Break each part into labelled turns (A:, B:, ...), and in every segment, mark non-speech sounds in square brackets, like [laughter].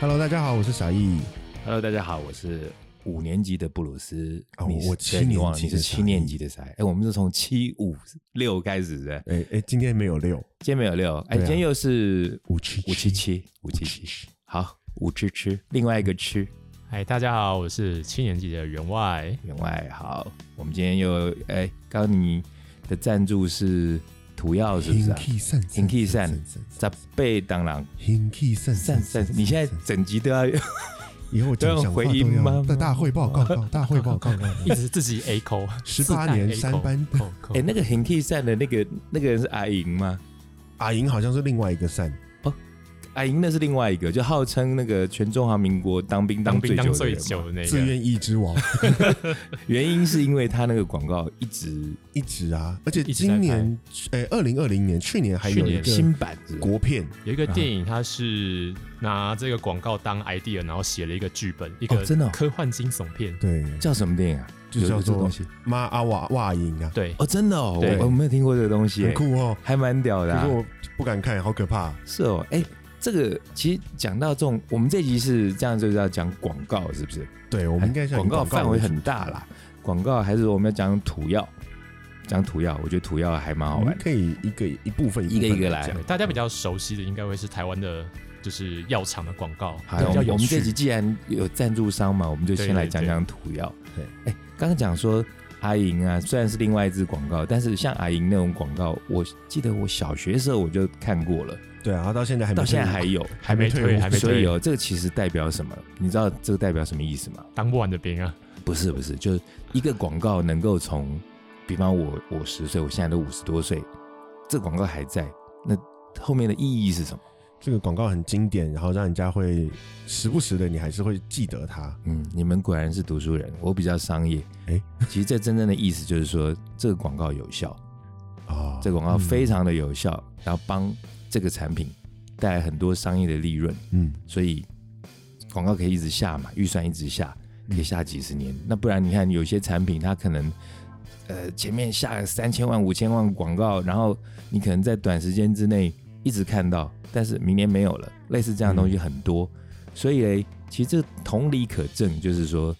A: Hello，大家好，我是傻义。
B: Hello，大家好，我是五年级的布鲁斯。
A: 哦
B: 你是
A: 我
B: 对
A: 七年
B: 你忘了
A: 级
B: 你
A: 的
B: 是
A: 才
B: 七年级的才。哎、我们是从七五六开始的，
A: 哎、哎、今天没有六
B: 今天没有六，哎、
A: 对啊
B: 今天又是
A: 五七
B: 五七七五七七，好，五吃吃，另外一个吃，
C: 嗨，哎大家好，我是七年级的员外。
B: 员外好，我们今天又哎，刚、刚你的赞助是土药是不是、啊？
A: 气散
B: 停气散在贝当郎
A: 停气散
B: 散散，你现在整集都要
A: 以后我
B: 都
A: 讲
B: 要
A: 讲话
B: 回
A: 都
B: 音
A: 要
B: 吗
A: 大大汇报
B: [laughs]
A: 告告大汇报告告。
C: 一直自己哦 A 口，
A: 十八年三班
C: 扣扣
B: 哎、那个停气散的那个那个人是阿莹吗？
A: 阿莹好像是另外一个散，
B: 阿莹那是另外一个，就号称那个全中华民国当兵
C: 当
B: 最
C: 兵
B: 久的
C: 当最
B: 人嘛
C: 久的那
A: 自
C: 个，
A: 愿意之
B: [laughs]
A: 王。
B: 原因是因为他那个广告一直
A: 一直啊，而且
C: 一直
A: 今年，呃，二零二零年，去年还有一
C: 去年
A: 个
B: 新版是不是
A: 国片，
C: 有
B: 啊
C: 一个电影，它是拿这个广告当 idea，然后写了一个剧本，一个
B: 真的哦
C: 科幻惊悚片。
A: 对，
B: 叫什么电影啊？
A: 就叫
B: 有这个
A: 做
B: 东
A: 《
B: 西
A: 妈阿瓦瓦影》啊，
C: 对，
B: 哦，真的哦，
C: 对
B: 我我没有听过这个东西
A: 很
B: 耶，
A: 酷哦。
B: 还蛮屌的
A: 可
B: 啊
A: 是。我不敢看，好可怕。
B: 是哦，哎，这个其实讲到这种，我们这集是这样就是要讲广告，是不是？
A: 对，我
B: 我
A: 们应该像
B: 哎广告范
A: 为
B: 围
A: 主
B: 很大啦，广告还是我们要讲土药，讲土药，我觉得土药还蛮好
A: 我
B: 玩
A: 们
B: 的，
A: 可以一个一部分
B: 哎一个一个来
A: 讲。
C: 对大家比较熟悉的应该会是台湾的，就是药厂的广告，
B: 好，
C: 比
B: 我
C: 较
B: 们
C: 有
B: 我们这
C: 趣。
B: 集既然有赞助商嘛，我们就先来讲讲土药。
A: 对
B: 哎，刚刚讲说阿莹啊，虽然是另外一支广告，但是像阿莹那种广告，我记得我小学时候我就看过了，
A: 对啊，他到现在还没
B: 到现在
A: 退伍
B: 还有。
C: 还
A: 还
C: 没
A: 没退
C: 退，
A: 伍
C: 还没
B: 所以
C: 退，
B: 哦，这个其实代表什么？你知道这个代表什么意思吗？
C: 当不完的兵啊！
B: 不是不是，就是一个广告能够从，比方我我十岁，我现在都五十多岁，这广告还在，那后面的意义是什么？
A: 这个广告很经典，然后让人家会时不时的，你还是会记得它。
B: 嗯，你们果然是读书人，我比较商业。
A: 哎
B: 其实这真正的意思就是说，这个广告有效，
A: 啊。
B: 这个广告非常的有效，然后帮这个产品带来很多商业的利润，
A: 嗯，
B: 所以广告可以一直下嘛，预算一直下，可以下几十年。那不然你看，有些产品它可能。呃，前面下了三千万、五千万广告，然后你可能在短时间之内一直看到，但是明年没有了，类似这样的东西很多。所以嘞，其实这同理可证，就是说，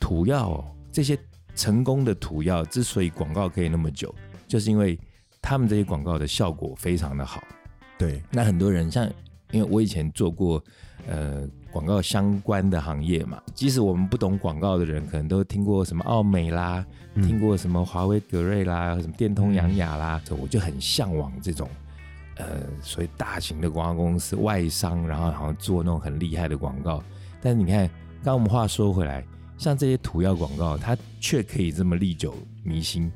B: 土药、哦、这些成功的土药之所以广告可以那么久，就是因为他们这些广告的效果非常的好。
A: 对，
B: 那很多人像，因为我以前做过呃广告相关的行业嘛，即使我们不懂广告的人，可能都听过什么奥美啦，
A: 嗯
B: 听过什么华为格瑞啦，什么电通杨雅啦，所以我就很向往这种。呃，所谓大型的广告公司外商，然后好像做那种很厉害的广告，但是你看，刚刚我们话说回来，像这些土药广告，它却可以这么历久弥新，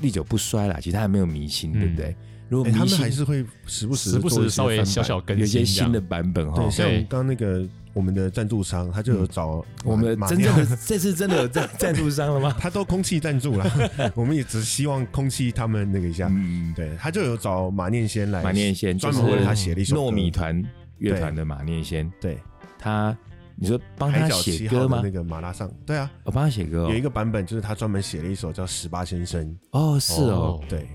B: 历久不衰啦。其实它还没有迷信，对不对？如果
A: 哎
B: 迷
A: 他们
B: 信
A: 还是会时不时
C: 时不
A: 做一些
C: 时稍微
A: 翻版
C: 小小更
B: 有一些
C: 新，
B: 新的，版本哈
A: 对，。像
C: 对
A: 刚刚那个我们的赞助商，他就有找
B: 嗯我们
A: 马
B: 真正
A: 马
B: 的这次真的有赞赞助商了吗？
A: 他都空气赞助了， [laughs] 我们也只希望空气他们那个一下。
B: [laughs] 嗯，
A: [laughs] 对，他就有找马念先来，
B: 马念先
A: 哎专
B: 就
A: 门
B: 是
A: 为他写了一首歌
B: 糯米，团乐团的马念先，
A: 对，
B: 他你说帮
A: 海
B: 他
A: 角
B: 写
A: 七
B: 歌
A: 号的
B: 吗
A: 那？个马拉上，对啊，
B: 我帮他写歌
A: 有一
B: 哦。
A: 个版本就是他专门写了一首叫《十八先生
B: 哦，是哦。
C: 哦》，
A: 对，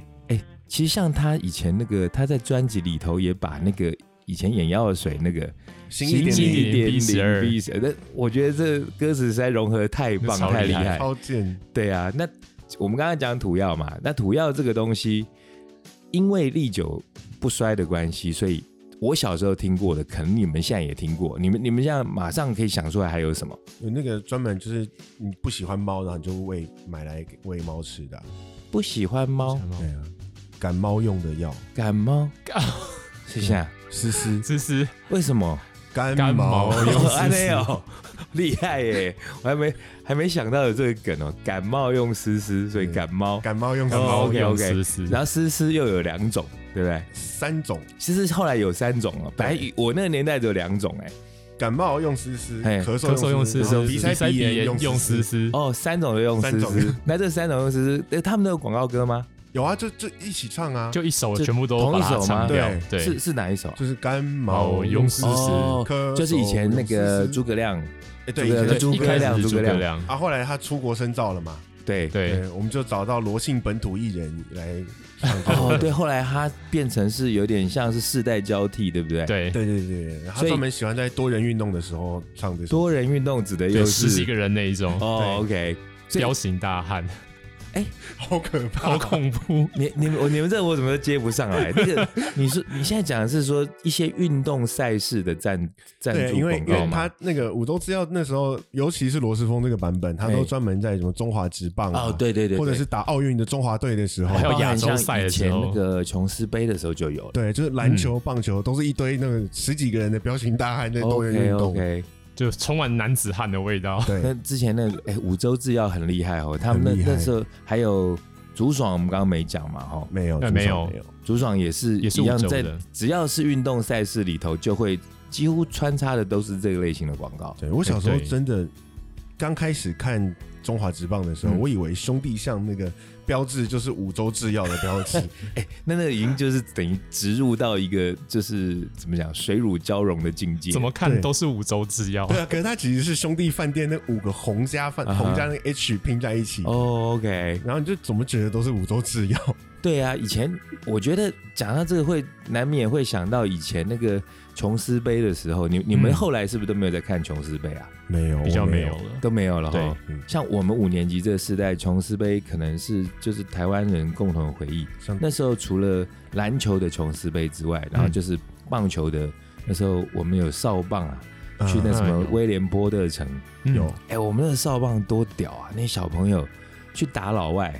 B: 其实像他以前那个，他在专辑里头也把那个以前眼药水那个
A: 新一点
C: 新
A: 点
C: 一点 B12
B: B 十二，那我觉得这歌词实在融合太棒
C: 超
B: 太
C: 厉
B: 厉
C: 害
B: 害，
A: 超贱，
B: 对啊，那我们刚刚讲土药嘛，那土药这个东西，因为历久不衰的关系，所以我小时候听过的，可能你们现在也听过，你们你们现在马上可以想出来还有什么？
A: 有那个专门就是你不喜欢猫，然后你就喂买来给喂猫吃的啊，
B: 不喜欢猫，
A: 对啊，感冒用的药，
B: 感冒
C: 干，
B: 是现在啊
A: 思思
C: [laughs] 思思
B: 为什么？
A: 感
C: 干
A: 冒
C: 毛
B: [laughs] 安内哦，厉害耶！我还没还没想到有这个梗哦。感冒用丝丝，所以感冒。
A: 感冒用
C: 感
A: 什么
C: 冒
B: ，OK
C: 用
B: OK
C: 丝丝。
B: 哦然后丝丝又有两种，对不对？
A: 三种，
B: 其实后来有三种哦，本来
A: 对
B: 我那个年代只有两种哎。
A: 感冒用湿湿，
B: 嘿
A: 咳
C: 咳
A: 嗽
C: 嗽用
A: 湿
C: 丝
A: 湿，
C: 丝，
A: 鼻
C: 鼻
A: 塞
C: 鼻
A: 炎
C: 炎
A: 用
C: 用
A: 丝
C: 丝
A: 丝。
C: 丝。
B: 哦，三种都用丝
A: 三
B: 丝
A: 种。
B: 那这三种用丝丝，诶他们那个广告歌吗？
A: 有啊，就就一起唱啊，
C: 就一首
B: 就
C: 全部都
B: 同
C: 把
B: 一
C: 它
B: 首吗
C: 唱掉，对，
B: 是是哪一首啊？
A: 就是感冒用湿
C: 丝
A: 湿
C: 丝，
B: 哦
A: 咳
B: 就是以前那
A: 嗽
B: 个
A: 用丝
B: 诸
A: 丝
B: 葛亮，
A: 哎
B: 诸葛
A: 对，
B: 亮
A: 以前
B: 诸
C: 一
B: 葛
C: 开
B: 亮
C: 始
B: 诸
C: 是
B: 葛
C: 葛
B: 亮
C: 亮，
A: 啊，后来他出国深造了嘛，
B: 对
C: 对，
A: 对，我们就找到罗姓本土艺人来唱这
B: 哦
A: 首歌，
B: 对，后来他变成是有点像是世代交替，对不对？，
C: 对
A: 对对对对，他
B: 所以
A: 专门喜欢在多人运动的时候唱这首，
B: 多人运动指的
C: 对，
B: 又
C: 十
B: 是
C: 几个人那一种，
B: 哦，OK。所以
C: 彪形大
B: [laughs]
C: 汉，
A: 好可怕
C: 好，恐怖。
B: 你你们我你们这我怎么都接不上来？那个 [laughs] 你是你现在讲的是说一些运动赛事的赞赞
A: 对，
B: 助
A: 因为
B: 广
A: 因
B: 告
A: 为
B: 吗？
A: 他那个五洲制药那时候，尤其是罗斯峰这个版本，他
B: 哎
A: 都专门在什么中华职棒啊
B: 哦，，对对对，哦
A: 或者
B: 对
A: 是打奥运的中华队的时候啊
C: 还，有
B: 包含
C: 亚洲
B: 像
C: 赛
B: 以
C: 的时
B: 前
C: 候
B: 那
A: 哦
B: 个琼斯杯的时候就有了。
A: 对，就是篮球、棒球都是一堆那个十几个人的彪形大汉在多人
B: OK
A: 运动。
B: OK，
C: 就充满男子汉的味道。
A: 对
B: 那之前那个哎五洲制药很厉害哦，他们
A: 很厉
B: 那
A: 害
B: 那时候还有竹爽，我们刚刚没讲嘛哈，
A: 没有，至
C: 哎
A: 少
C: 没有
A: 没有，
B: 竹爽也是
C: 也是
B: 一样
C: 五洲
B: 在
C: 的
B: 只要是运动赛事里头就会几乎穿插的都是这个类型的广告。
A: 对我小时候
C: 对
A: 真的刚开始看中华职棒的时候，
B: 嗯
A: 我以为兄弟像那个标志就是五洲制药的标志，
B: 那那已经就是等于植入到一个就是怎么讲水乳交融的境界。
C: 怎么看
A: 对
C: 都是五洲制
B: 哦
A: [laughs]
C: 药，
A: 对啊，可是它其实是兄弟饭店那五个红加饭
B: 啊哈
A: 红加那个 H 拼在一起，
B: 哦？OK，
A: 然后你就怎么觉得都是五洲制药？
B: 对啊，以前我觉得讲到这个会难免会想到以前那个琼斯杯的时候，你你们
C: 嗯
B: 后来是不是都没有在看琼斯杯啊？
A: 没有，
C: 比较
A: 我
C: 没
A: 没
C: 有。了。
B: 都没有了哈
C: 对。
A: 嗯
B: 像我们五年级这个时代，琼斯杯可能是就是台湾人共同的回忆。
A: 像
B: 那时候除了篮球的琼斯杯之外，然后就是棒球的，那时候我们有哨棒啊，去那什么
C: 嗯有
B: 威廉波特城。
C: 嗯
A: 有
B: 哎、我们那个哨棒多屌啊！那些小朋友去打老外，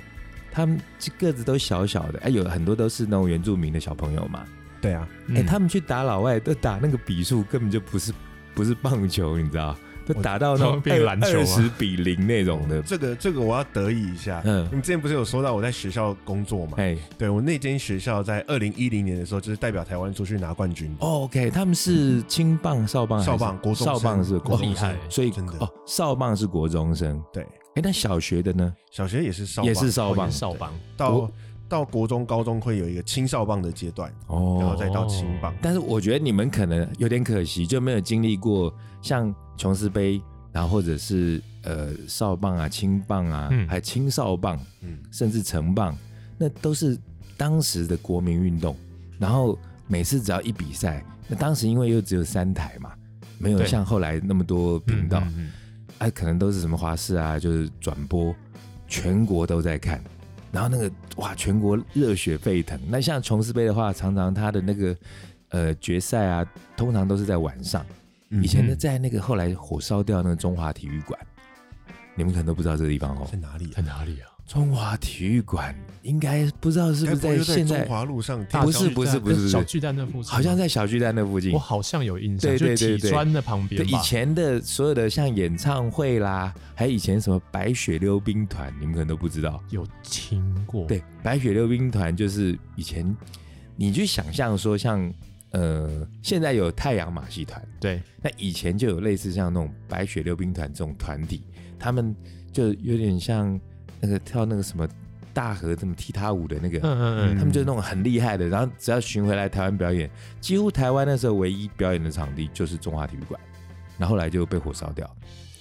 B: 他们这个子都小小的，哎、有很多都是那种原住民的小朋友嘛。
A: 对啊，
B: 哎、
C: 嗯
B: 他们去打老外都打那个比数根本就不是不是棒球，你知道？都打到那
C: 他
B: 种
C: 们变篮球
B: 二
C: 啊
B: 十比零那种的。
A: 这个这个我要得意一下。
B: 嗯
A: 你，们之前不是有说到我在学校工作嘛？
B: 哎、
A: 对我那间学校在二零一零年的时候，就是代表台湾出去拿冠军。
B: 哦 o k 他们是青棒、少棒还是、
A: 少棒国中
B: 少
A: 生
B: 棒是国
A: 国
B: 中
A: 中
C: 厉害
A: 生，
B: 所以
A: 真的
B: 哦，少棒是国中生。
A: 对，
B: 哎、那小学的呢？
A: 小学也是少棒，
B: 也是少棒
A: 哦
C: 少棒，
A: 到
B: 国
A: 到国中、高中会有一个青少棒的阶段，然后
B: 哦，
A: 再到青棒。
B: 但是我觉得你们可能有点可惜，就没有经历过像琼斯杯，然后或者是呃少棒啊、青棒啊，
C: 嗯
B: 还有青少棒，
A: 嗯，
B: 甚至成棒，那都是当时的国民运动。然后每次只要一比赛，那当时因为又只有三台嘛，没有
C: 对
B: 像后来那么多频道，
C: 嗯嗯
B: 哎、可能都是什么华视啊，就是转播，全国都在看。然后那个哇，全国热血沸腾。那像琼斯杯的话，常常它的那个呃决赛啊，通常都是在晚上。
A: 嗯
B: 以前呢，
C: 嗯
B: 在那个后来火烧掉那个中华体育馆，你们可能都不知道这个地方哦
A: 在。哪里
C: 嗯
A: 啊？
C: 在哪里啊？
B: 中华体育馆应该不知道是
A: 该
B: 不是
A: 不会
B: 在
A: 就在
B: 现
A: 中
B: 在，
A: 华路上？
B: 不是不是不是不是
C: 啊小巨蛋那附近，
B: 好像在小巨蛋那附近
C: 我。好像有印象，
B: 对对
C: 就
B: 对
C: 是体
B: 对
C: 专的旁边
B: 对，以
C: 吧。
B: 前的所有的像演唱会啦，还有以前什么白雪溜冰团，你们可能都不知道。
C: 有听过，
B: 对，白雪溜冰团就是以前，你去想象说像呃，现在有太阳马戏团，
C: 对，
B: 那以前就有类似像那种白雪溜冰团这种团体，他们就有点像那个跳那个什么大河什么踢踏舞的那个，
C: 嗯嗯
B: 他们就那种很厉害的，然后只要巡回来台湾表演，几乎台湾那时候唯一表演的场地就是中华体育馆，然后后来就被火烧掉，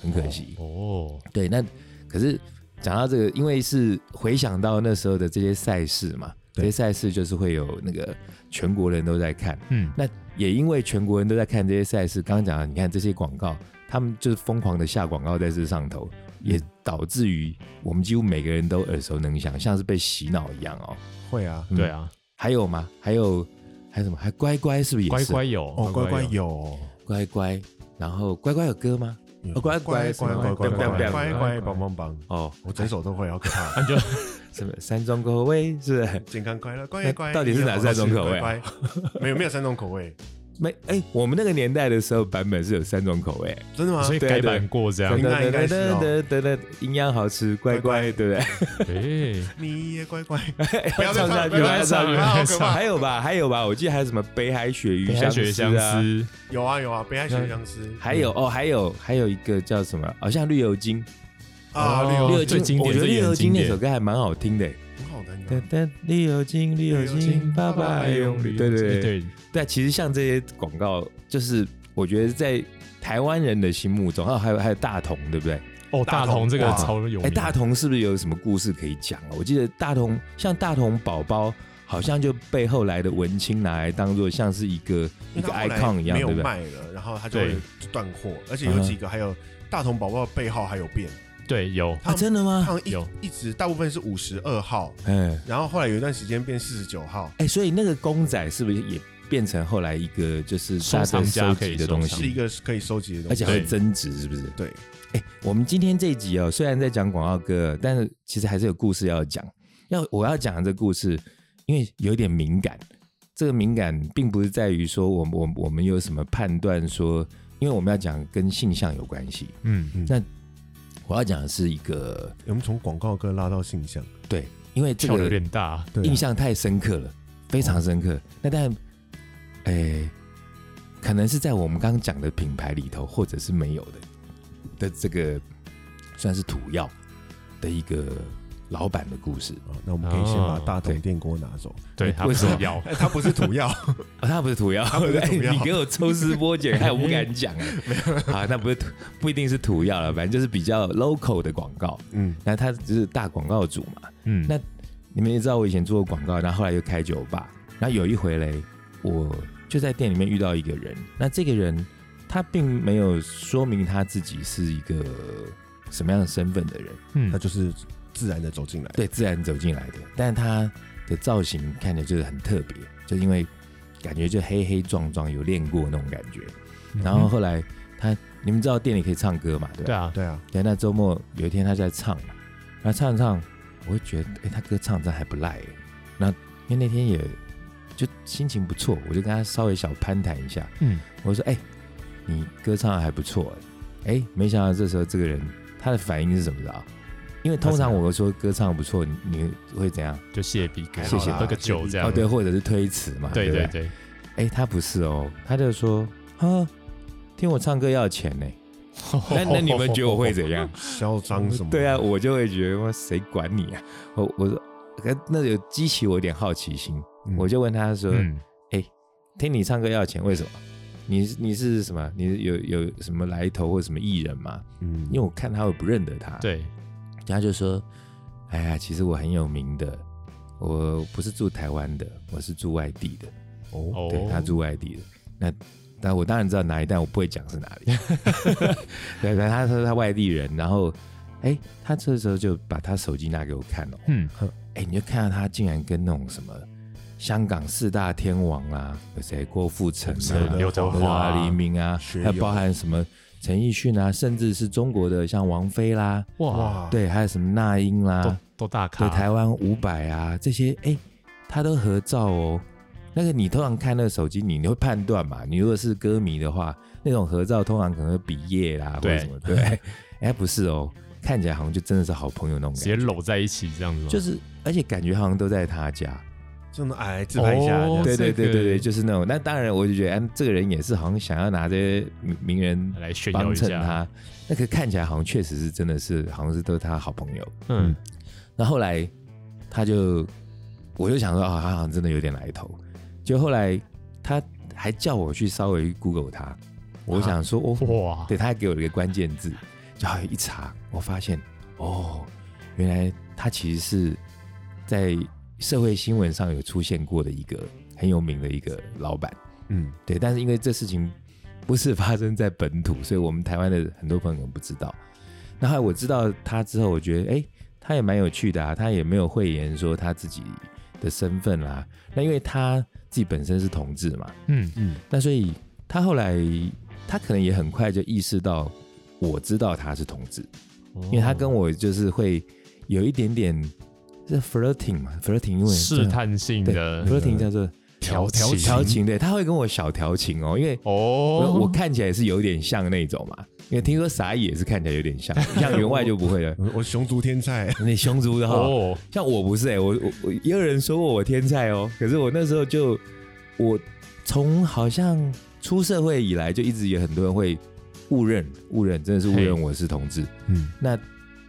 B: 很
C: 嗯，
B: 可惜。
C: 哦，
B: 对，那可是讲到这个，因为是回想到那时候的这些赛事嘛，这
A: 对
B: 些赛事就是会有那个全国人都在看，
C: 嗯，
B: 那也因为全国人都在看这些赛事，刚刚讲了，你看这些广告，他们就是疯狂的下广告在这上头，也导致于我们几乎每个人都耳熟能详，像是被洗脑一样哦。
A: 会啊，
B: 嗯
C: 对啊，
B: 还有吗？还有还有什么？还乖乖是不是也
C: 乖
B: 是？
C: 乖有，
A: 哦，乖乖
C: 有，
A: 有，
B: 乖乖，然后乖乖有歌吗？哦乖乖
A: 乖
B: 是吗
A: 乖乖乖乖
B: 乖乖
A: 乖乖
B: 乖
A: 乖，棒棒棒！
B: 哦，
A: 我整首都会，好可怕。
C: 那就
B: [laughs] 什么山中各位是不是？
A: 健康快乐，乖
B: 那
A: 乖。
B: 到底是哪三种口味啊
A: 乖乖？没有没有三种口味，
B: 没哎、我们那个年代的时候版本是有三种口味，
A: 真的吗？
C: 所以
B: 对
C: 改
B: 对啊
C: 版过这样
A: 应。该应该是哦
B: 噔噔，营养好吃，乖乖，对不对？ [laughs]
C: 哎，
A: 你也乖乖，
B: 不要再
A: 唱
B: 唱下去，
A: 不
B: 不
A: 要再
B: 要再
A: 唱
B: 唱 [laughs]
A: 不要再唱
B: 下
A: 好可
B: 去。
A: 怕
B: 还有吧，还有吧，我记得还有什么北海鳕鱼
C: 白雪
B: 相
C: 相
B: 啊，
C: 思，
A: 有啊有啊，北海雪相思
B: 还有哦，还有还有一个叫什么？好像绿油精，
A: 啊，
C: 哦
A: 绿油
B: 绿油
A: 精
C: 最经
B: 精，
C: 典
B: 我觉得
C: 这
B: 绿
C: 也很
B: 油精
C: 经典
B: 那首歌还蛮好听的。
A: 很好难
B: 噔
A: 的，
B: 噔，绿油精，绿油
A: 绿油精
B: 精，爸爸爱用力。对
C: 对
B: 对对
C: 哎对，
B: 对，其实像这些广告，就是我觉得在台湾人的心目中，啊，还有还有大同，对不对？
C: 哦，
A: 大
C: 大
A: 同
C: 同这个
A: 哇
C: 超有
B: 哎、
C: 名，
B: 大同是不是有什么故事可以讲啊？我记得大同像大同宝宝，好像就被后来的文青拿来当做像是一个
A: 因
B: 一
A: 为
B: 个
A: 它后来
B: icon 一样，
A: 没
B: 对啊
A: 有
B: 不对？
A: 卖了，然后它就会
C: 对
A: 断货，而且有几个还有大童宝宝的背号还有变，
C: 对有
A: 他
B: 啊，
A: 们
B: 真的
A: 他
B: 吗？
A: 们
C: 有
A: 一一直大部分是五十二号，
B: 嗯，哎、
A: 然后后来有一段时间变四十九号，
B: 所以那个公仔是不是也变成后来一个就是大家
C: 收藏家
B: 收
C: 可
B: 集
C: 以
B: 的
C: 收
B: 东
C: 藏
A: 是一
B: 西？
A: 个可以收集的
B: 而
A: 东西
B: 且，还会
C: 对
B: 增值，是不是？
A: 对，
B: 哎、我们今天这一集哦，虽然在讲广告歌，但是其实还是有故事要讲。要我要讲的这故事，因为有点敏感。这个敏感并不是在于说我们我我们有什么判断说，因为我们要讲跟性向有关系。
C: 嗯
A: 嗯
B: 我要讲的是一个
A: 我们从广告歌拉到性向，
B: 对，因为这
C: 跳的有
B: 个
C: 点大，
A: 对啊
B: 印象太深刻了，非常深刻。那但，哎、可能是在我们刚刚讲的品牌里头，或者是没有的的这个算是土药的一个老板的故事。
A: 啊，那我们可以先把
C: 哦
A: 大桶
B: 对
A: 电锅拿走，
C: 对，他
B: 为
C: 不
B: 什
C: 是
B: 么
C: 要
A: 哎它不是土药，
B: 哦，他不是 [laughs] 土药，
A: 不是土药
B: 你给我抽丝剥茧，害我不敢讲哎。啊，那不是土，不一定是土药了，反正就是比较 local 的广告。
A: 嗯，
B: 那他只是大广告主嘛，
C: 嗯
B: 那你们也知道我以前做过广告，然后后来又开酒吧。然后有一回嘞，我就在店里面遇到一个人，那这个人他并没有说明他自己是一个什么样的身份的人，
A: 它
C: 嗯
A: 就是自然的走进来，
B: 对，自然走进来的，但他的造型看起来就是很特别，就因为感觉就黑黑壮壮，有练过那种感觉。然后后来他，你们知道店里可以唱歌嘛，对吧？
C: 对啊，
A: 对啊，
B: 对，那周末有一天他就在唱嘛，然后唱着唱，我会觉得，哎、他歌唱的还不赖耶。然后因为那天也就心情不错，我就跟他稍微小攀谈一下，
C: 嗯
B: 我说，哎、你歌唱的还不错耶，哎、没想到这时候这个人他的反应是什么的啊？因为通常
C: 啊
B: 我说歌唱得不错，你你会怎样？
C: 就谢笔哥，
A: 谢谢
C: 喝个酒这样，
B: 哦，对，或者是推辞嘛？
C: 啊对
B: 不
C: 对对，
B: 哎、他不是哦，他就说，啊，听我唱歌要钱
C: [laughs]
B: 呢。那哎那你们觉得我会怎样？
A: 哦嚣张什么？
B: 对啊，，我就会觉得哇，谁管你啊？我我说，可那有激起我一点好奇心，
A: 嗯
B: 我就问他说：“
C: 嗯，
B: 听你唱歌要钱，为什么？你是你是什么？你有有什么来头或什么艺人吗？
A: 嗯
B: 因为我看他我不认得他。”，
C: 对，
B: 他就说：“哎呀，其实我很有名的，我不是住台湾的，我是住外地的。
A: 哦，
C: 哦
B: 对，他住外地的。那但我当然知道哪里，但我不会讲是哪里。 [laughs] 对，但他说他外地人，然后哎、他这时候就把他手机拿给我看哦，
C: 嗯，
B: 哎、你就看到他竟然跟那种什么香港四大天王啊，有谁郭富城
A: 是
B: 啊
A: 的、
C: 刘德
A: 刘
C: 华
B: 啊、黎
C: 啊，
B: 明啊
A: 学，
B: 还
A: 友
B: 有包含什么陈奕迅啊，甚至是中国的像王菲啦，
C: 哇，
A: 哇，，
B: 对，还有什么那英啦、
C: 都都大
B: 对，
C: 咖，
B: 台湾五百啊这些，哎、他都合照哦。那个你通常看那个手机，你你会判断嘛？你如果是歌迷的话，那种合照通常可能会比耶啦或者
C: 对
B: 什么，对。 [laughs] 哎、不是哦，看起来好像就真的是好朋友那种
C: 直
B: 感
C: 接
B: 觉，
C: 搂在一起这样子吗，
B: 就是而且感觉好像都在他家。
A: 真的哎，自拍一下，
C: 哦
B: 对对
C: 这
B: 对
C: 个
B: 对对，就是那种。那当然，我就觉得，哎、这个人也是好像想要拿这些名名人
C: 来嗯炫耀
B: 帮
C: 一
B: 衬
C: 下，
B: 他，那个看起来好像确实是真的是好像是都是他好朋友。
C: 嗯，
B: 那后来他就，我就想说啊，他好像真的有点来头。就后来他还叫我去稍微 Google 他，我想说、哦，
C: 哇，
B: 对，他还给我了一个关键字，就好像一查，我发现哦，原来他其实是在社会新闻上有出现过的一个很有名的一个老板。
A: 嗯，
B: 对，但是因为这事情不是发生在本土，所以我们台湾的很多朋友不知道。那后来我知道他之后，我觉得哎、诶他也蛮有趣的啊，他也没有讳言说他自己的身份啦、那因为他自己本身是同志嘛，
C: 嗯，
B: 那所以他后来他可能也很快就意识到，我知道他是同志，因为他跟我就是会有一点点是 flirting 嘛，flirting 因为
C: 试探性
B: 对
C: 的，
B: ，flirting 叫做
C: 调
B: 调
C: 情
B: 调情，对，他会跟我小调情哦，因为我我
C: 哦，
B: 看起来是有点像那种嘛，因为听说傻野也是看起来有点像，
C: [laughs]
B: 像员外就不会了。
A: 嗯我我熊族天菜，
B: 你熊族的哈，
C: 哦，
B: 像我不是哎、我我我也有人说过我天才哦，可是我那时候就我从好像出社会以来就一直有很多人会误认误认，真的是误认
C: 嘿
B: 我是同志。
A: 嗯，
B: 那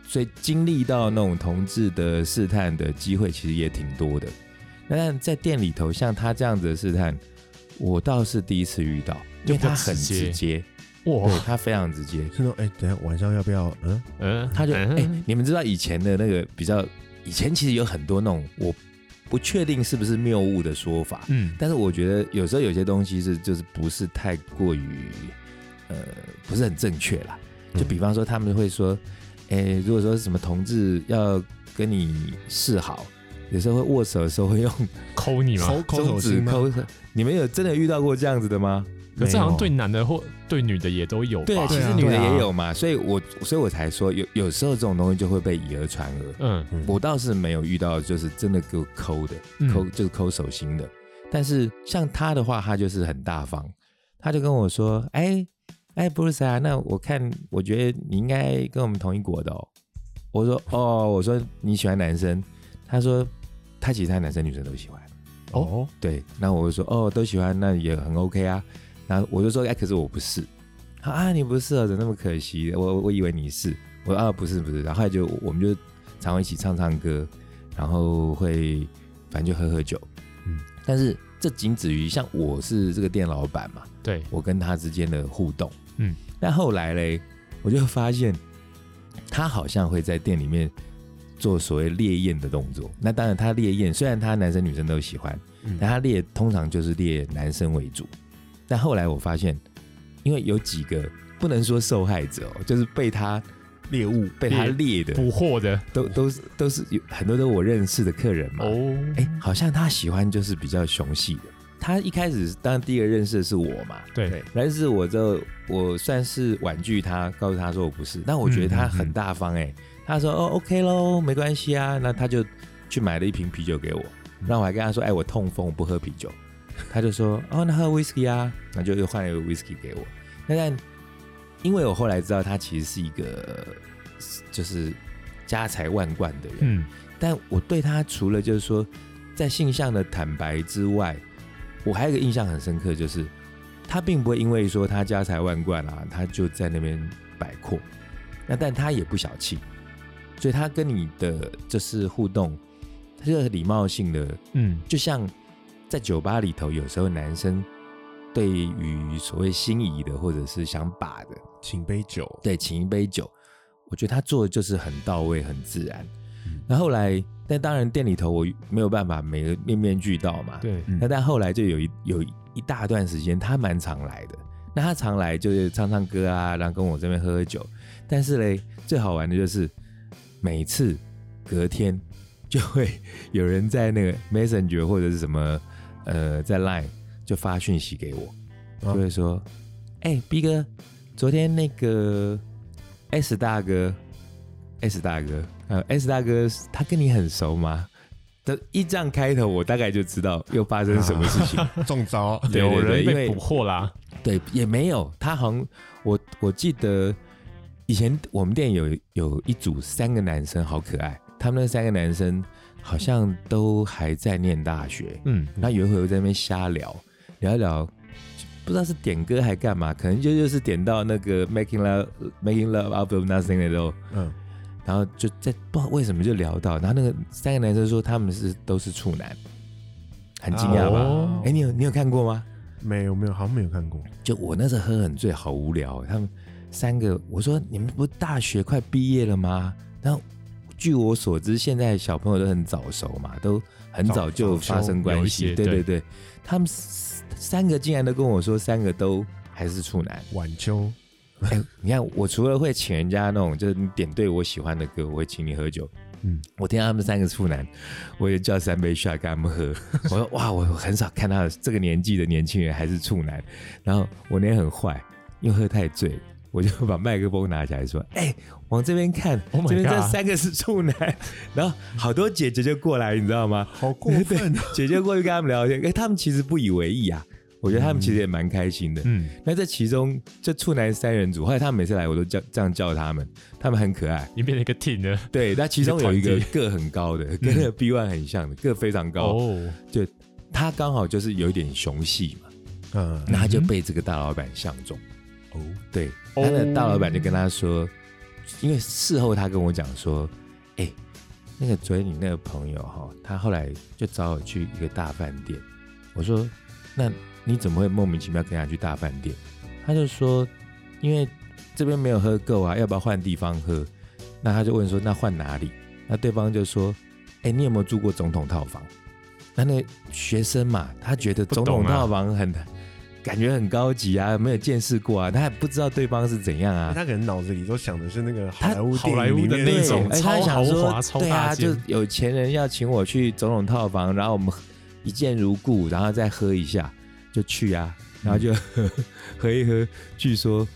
B: 所以经历到那种同志的试探的机会，其实也挺多的。那但在店里头，像他这样子的试探，我倒是第一次遇到，因为他很
C: 就
B: 直
C: 不直
B: 接，对
C: 哇，
B: 他非常直接。
A: 是那种哎，等一下晚上要不要？嗯，
C: 嗯，
B: 他就哎、
C: 嗯
B: 你们知道以前的那个比较，以前其实有很多那种我不确定是不是谬误的说法，
C: 嗯，
B: 但是我觉得有时候有些东西是就是不是太过于呃不是很正确啦。
C: 嗯
B: 就比方说他们会说，哎、如果说什么同志要跟你示好，有时候会握手的时候会用
C: 抠你吗？
A: 抠抠
B: 中
A: 手
B: 指
A: 心吗？
B: 抠。你们有真的遇到过这样子的吗？
C: 可是好
A: 没有
C: 像对男的或对女的也都有吧？
B: 对啊，其
A: 对
B: 实
A: 啊
B: 女的也有嘛，所以我所以我才说有有时候这种东西就会被以讹传讹。
C: 嗯，
A: 嗯
B: 我倒是没有遇到，就是真的给我抠的，
C: 嗯
B: 抠就是抠手心的。但是像他的话，他就是很大方，他就跟我说：“哎哎，布鲁斯啊，那我看我觉得你应该跟我们同一国的哦。”我说：“哦，我说你喜欢男生。”他说：“他其实他男生女生都喜欢。
A: 哦，”
B: 对，那我就说：“哦，都喜欢，那也很 OK 啊。”然后我就说：“哎，可是我不是。”他啊，你不是啊，怎么那么可惜？我我我以为你是，我说啊不是不是，然后后来就我们就常会一起唱唱歌，然后会反正就喝喝酒，嗯
A: 嗯，
B: 但是这仅止于像我是这个店老板嘛，
C: 对，
B: 我跟他之间的互动，嗯
C: 嗯，
B: 但后来嘞，我就发现他好像会在店里面做所谓烈焰的动作，那当然他烈焰虽然他男生女生都喜欢，
A: 嗯
B: 但他列通常就是列男生为主。但后来我发现，因为有几个不能说受害者哦，就是被他
A: 猎物
B: 被他列的，
C: 捕获的
B: 都都是都是有很多都我认识的客人嘛。
C: 哦
B: 哎、，好像他喜欢就是比较雄系的。他一开始当然第一个认识的是我嘛，
C: 对，
B: 但是我就我算是婉拒他，告诉他说我不是。但我觉得他很大方哎、他说哦 OK 喽，没关系啊，那他就去买了一瓶啤酒给我，然后我还跟他说哎我痛风我不喝啤酒，他就说哦那喝 whisky 啊，那就又换了一个 whisky 给我。那但因为我后来知道他其实是一个就是家财万贯的人，
C: 嗯，
B: 但我对他除了就是说在性向的坦白之外，我还有一个印象很深刻，就是他并不会因为说他家财万贯啊，他就在那边摆阔。那但他也不小气，所以他跟你的就是互动，他就是礼貌性的，
C: 嗯，
B: 就像在酒吧里头，有时候男生对于所谓心仪的或者是想把的，
A: 请杯酒，
B: [laughs] 对，请一杯酒，我觉得他做的就是很到位、很自然
A: 嗯。
B: 那、后来，但当然店里头我没有办法每个面面俱到嘛。。
C: 对，
A: 嗯
B: 那但后来就有一有一大段时间，他蛮常来的。那他常来就是唱唱歌啊，然后跟我这边喝喝酒。但是嘞，最好玩的就是每次隔天就会 [laughs] 有人在那个 Messenger 或者是什么呃在 Line 就发讯息给我，
A: 啊
B: 就会说：“哎、b 哥，昨天那个 S 大哥，S 大哥，呃，S 大哥他跟你很熟吗？”的一这样开头，我大概就知道又发生什么事情。
A: 中招，
B: 对对
C: 有
B: 对
C: 人
B: 因
C: 被
B: 为
C: 捕获啦，
B: [laughs] 对，也没有，他好像我我记得以前我们店有有一组三个男生，好可爱。他们那三个男生好像都还在念大学，
C: 嗯，
B: 然后有一回我在那边瞎聊，聊一聊，不知道是点歌还干嘛，可能就就是点到那个 Making Love Making Love Out of Nothing 的时候，
A: 嗯，
B: 然后就在不知道为什么就聊到，然后那个三个男生说他们是都是处男，很惊讶吧？
A: 哦
B: 哎、你有你有看过吗？
A: 没有没有，好像没有看过，
B: 就我那时候喝很醉，好无聊。欸他们三个，我说你们不是大学快毕业了吗？然后据我所知，现在小朋友都很早熟嘛，都很
A: 早
B: 早就
A: 早
B: 发
A: 熟
B: 生
C: 有
B: 关
C: 一
B: 系。
C: 些
B: 对对
C: 对
B: 对，他们三三个竟然都跟我说，三个都还是处男。
A: 晚秋，
B: 哎，你看，我除了会请人家那种，就是你点对我喜欢的歌，我会请你喝酒。嗯
A: 嗯，
B: 我听到他们三个处男，我也叫三杯 shot 跟他们喝。 [laughs] 我说哇，我很少看到这个年纪的年轻人还是处男。然后我那天很坏，因为喝太醉，我就把麦克风拿起来说：“哎、往这边看
C: Oh my
B: 这边这
C: God
B: 三个是处男。”然后好多姐姐就过来，你知道吗？
A: 好过分
B: [laughs]
A: 啊！
B: 姐姐过去跟他们聊天，哎、他们其实不以为意啊。我觉得他们其实也蛮开心的。
C: 嗯，
B: 那这其中这处男三人组，后来他们每次来我都叫这样叫他们，他们很可爱。
C: 已经变成一个 team 了。
B: 对，那其中有一
C: 一个
B: 个
C: 团
B: 个很高
C: [laughs]
B: 的，跟 B One 很像的，个非常高。
C: 哦，
B: 他刚好就是有一点雄系嘛，
A: [laughs] 嗯，
B: 那他就被这个大老板相中。
A: 哦，
B: 对，
C: 哦
B: 他的大老板就跟他说，因为事后他跟我讲说，哎、那个昨天你那个朋友哈，他后来就找我去一个大饭店。我说，那你怎么会莫名其妙跟他去大饭店？他就说，因为这边没有喝够啊，要不要换地方喝？那他就问说，那换哪里？那对方就说，哎、你有没有住过总统套房？那那学生嘛，他觉得总统
C: 不懂啊
B: 套房很、感觉很高级啊，没有见识过啊，他还不知道对方是怎样啊。
A: 他可能脑子里都想的是那个好
B: 他
A: 莱坞
C: 好
A: 电
C: 莱
A: 影
C: 坞的
A: 里面
B: 对
C: 那种
B: 而且
C: 超
B: 他想说
C: 豪华超
B: 对啊，
C: 大间
B: 就有钱人要请我去总统套房，然后我们一见如故，然后再喝一下就去啊，
C: 嗯
B: 然后就、 [laughs] 喝一喝。据说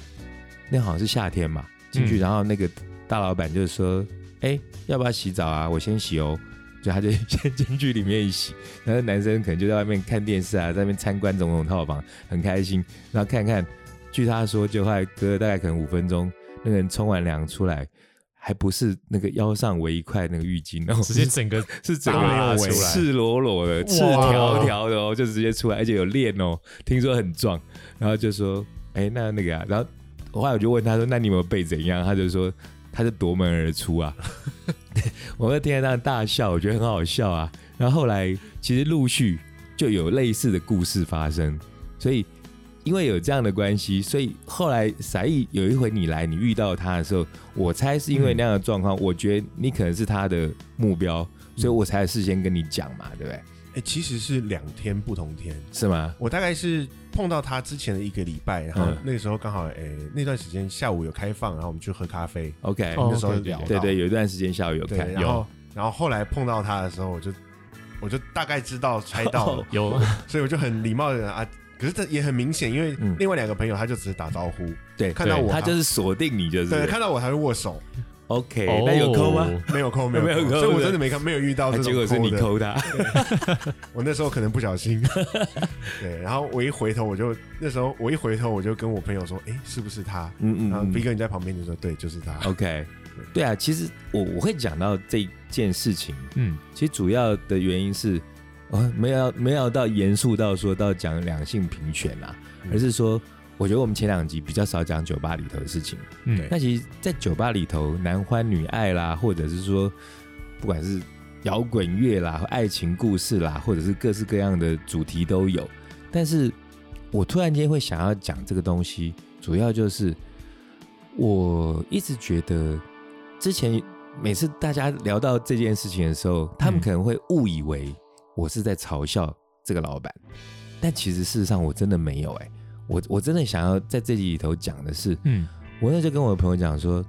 B: 那好像是夏天嘛，进去，
C: 嗯
B: 然后那个大老板就说：“哎、要不要洗澡啊？我先洗哦。”就他就 [laughs] 先进去里面洗，然后男生可能就在外面看电视啊，在那边参观总统套房，很开心。然后看看，据他说，就快隔了大概可能五分钟，那个人冲完凉出来，还不是那个腰上围一块那个浴巾 [laughs] 哦，
C: 直接整个
B: 是整
C: 大
B: 个
C: 拉出来
B: 赤裸裸的、赤条条的哦，就直接出来，而且有练哦，听说很壮。然后就说：“哎、那那个啊。”然后后来我就问他说：“那你有没有被怎样？”他就说：“他就夺门而出啊。” [laughs] 我在听到他大笑，我觉得很好笑啊。然后后来其实陆续就有类似的故事发生，所以因为有这样的关系，所以后来撒意有一回你来，你遇到他的时候，我猜是因为那样的状况，我觉得你可能是他的目标，所以我才事先跟你讲嘛，对不对？
A: 哎，其实是两天不同天。
B: 是吗？
A: 我大概是碰到他之前的一个礼拜，然后
B: 嗯
A: 那个时候刚好，诶，那段时间下午有开放，然后我们去喝咖啡，
B: OK，、
C: 哦
A: 那时候
C: OK，
A: 聊到，
B: 对对，有一段时间下午有
A: 对
B: 看，
A: 然后然后后来碰到他的时候，我就我就大概知道猜
B: [laughs]
A: 到
B: 哦
A: 了，
C: 有
A: 所以我就很礼貌的啊，可是这也很明显，因为
B: 嗯
A: 另外两个朋友他就只是打招呼，
B: 对，
A: 看到我
B: 他就是锁定你，就是
A: 对，看到我还会握手，
B: OK，、那
C: 哦
B: 有抠吗？？
A: 没有扣，没
B: [laughs] 没有
A: 有
B: 扣
A: 扣，所以
B: 对不
A: 我
B: 对
A: 真的没看，没有遇到这种
B: 结果是你
A: 的，
B: 抠他，
A: [laughs] 我那时候可能不小心， [laughs] 对，然后我一回头我就那时候我一回头我就跟我朋友说，诶，是不是他？
B: 嗯嗯
A: 然后
B: 嗯
A: B 哥你在旁边就说，对，就是
C: 嗯
A: 他。
B: ，OK，对啊，其实我我会讲到这件事情，
C: 嗯，
B: 其实主要的原因是，哦，没有没有到严肃到说到讲两性平权啊，
A: 嗯
B: 而是说，我觉得我们前两集比较少讲酒吧里头的事情。
C: 嗯
A: 对
B: 那其实，在酒吧里头，男欢女爱啦，或者是说，不管是摇滚乐啦、爱情故事啦，或者是各式各样的主题都有。但是我突然间会想要讲这个东西，主要就是我一直觉得，之前每次大家聊到这件事情的时候，他们
C: 嗯
B: 可能会误以为我是在嘲笑这个老板，但其实事实上我真的没有哎、我我真的想要在这集里头讲的是，
C: 嗯，
B: 我那时候跟我的朋友讲说，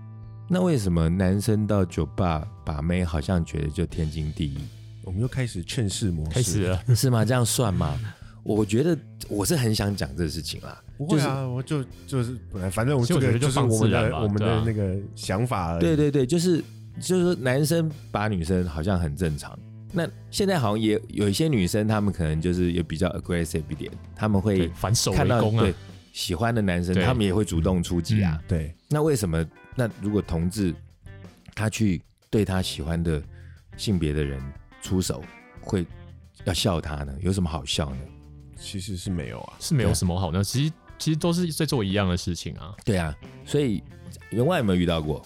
B: 那为什么男生到酒吧把妹好像觉得就天经地义，
A: 我们又开始劝世模式，
C: 开始啊了，
B: 哦是吗？这样算吗？我觉得我是很想讲这个事情啦，
A: 不会啊，我就就是本来反正我
C: 其实
A: 这
C: 我觉
A: 个
C: 得就是放
A: 我
C: 自
A: 们
C: 然
A: 的
C: 吧
A: 我们
C: 对
A: 的
C: 啊
A: 那个想法
C: 嗯
A: 而已。
B: 对对对，就是就是说男生把女生好像很正常。那现在好像也有一些女生，她们可能就是也比较 aggressive 一点，她们
C: 对，
B: 会
C: 反手
B: 看
C: 围
B: 到
C: 攻啊
B: 对，喜欢的男生，
C: 对嗯
B: 她们也会主动出击啊。
A: 对，
B: 那为什么？那如果同志他去对他喜欢的性别的人出手，会要笑他呢？有什么好笑呢？
A: 其实是没有啊。
C: 是没有
B: 对
C: 什么好呢。其实其实都是在做一样的事情啊。
B: 对啊，所以员外有没有遇到过？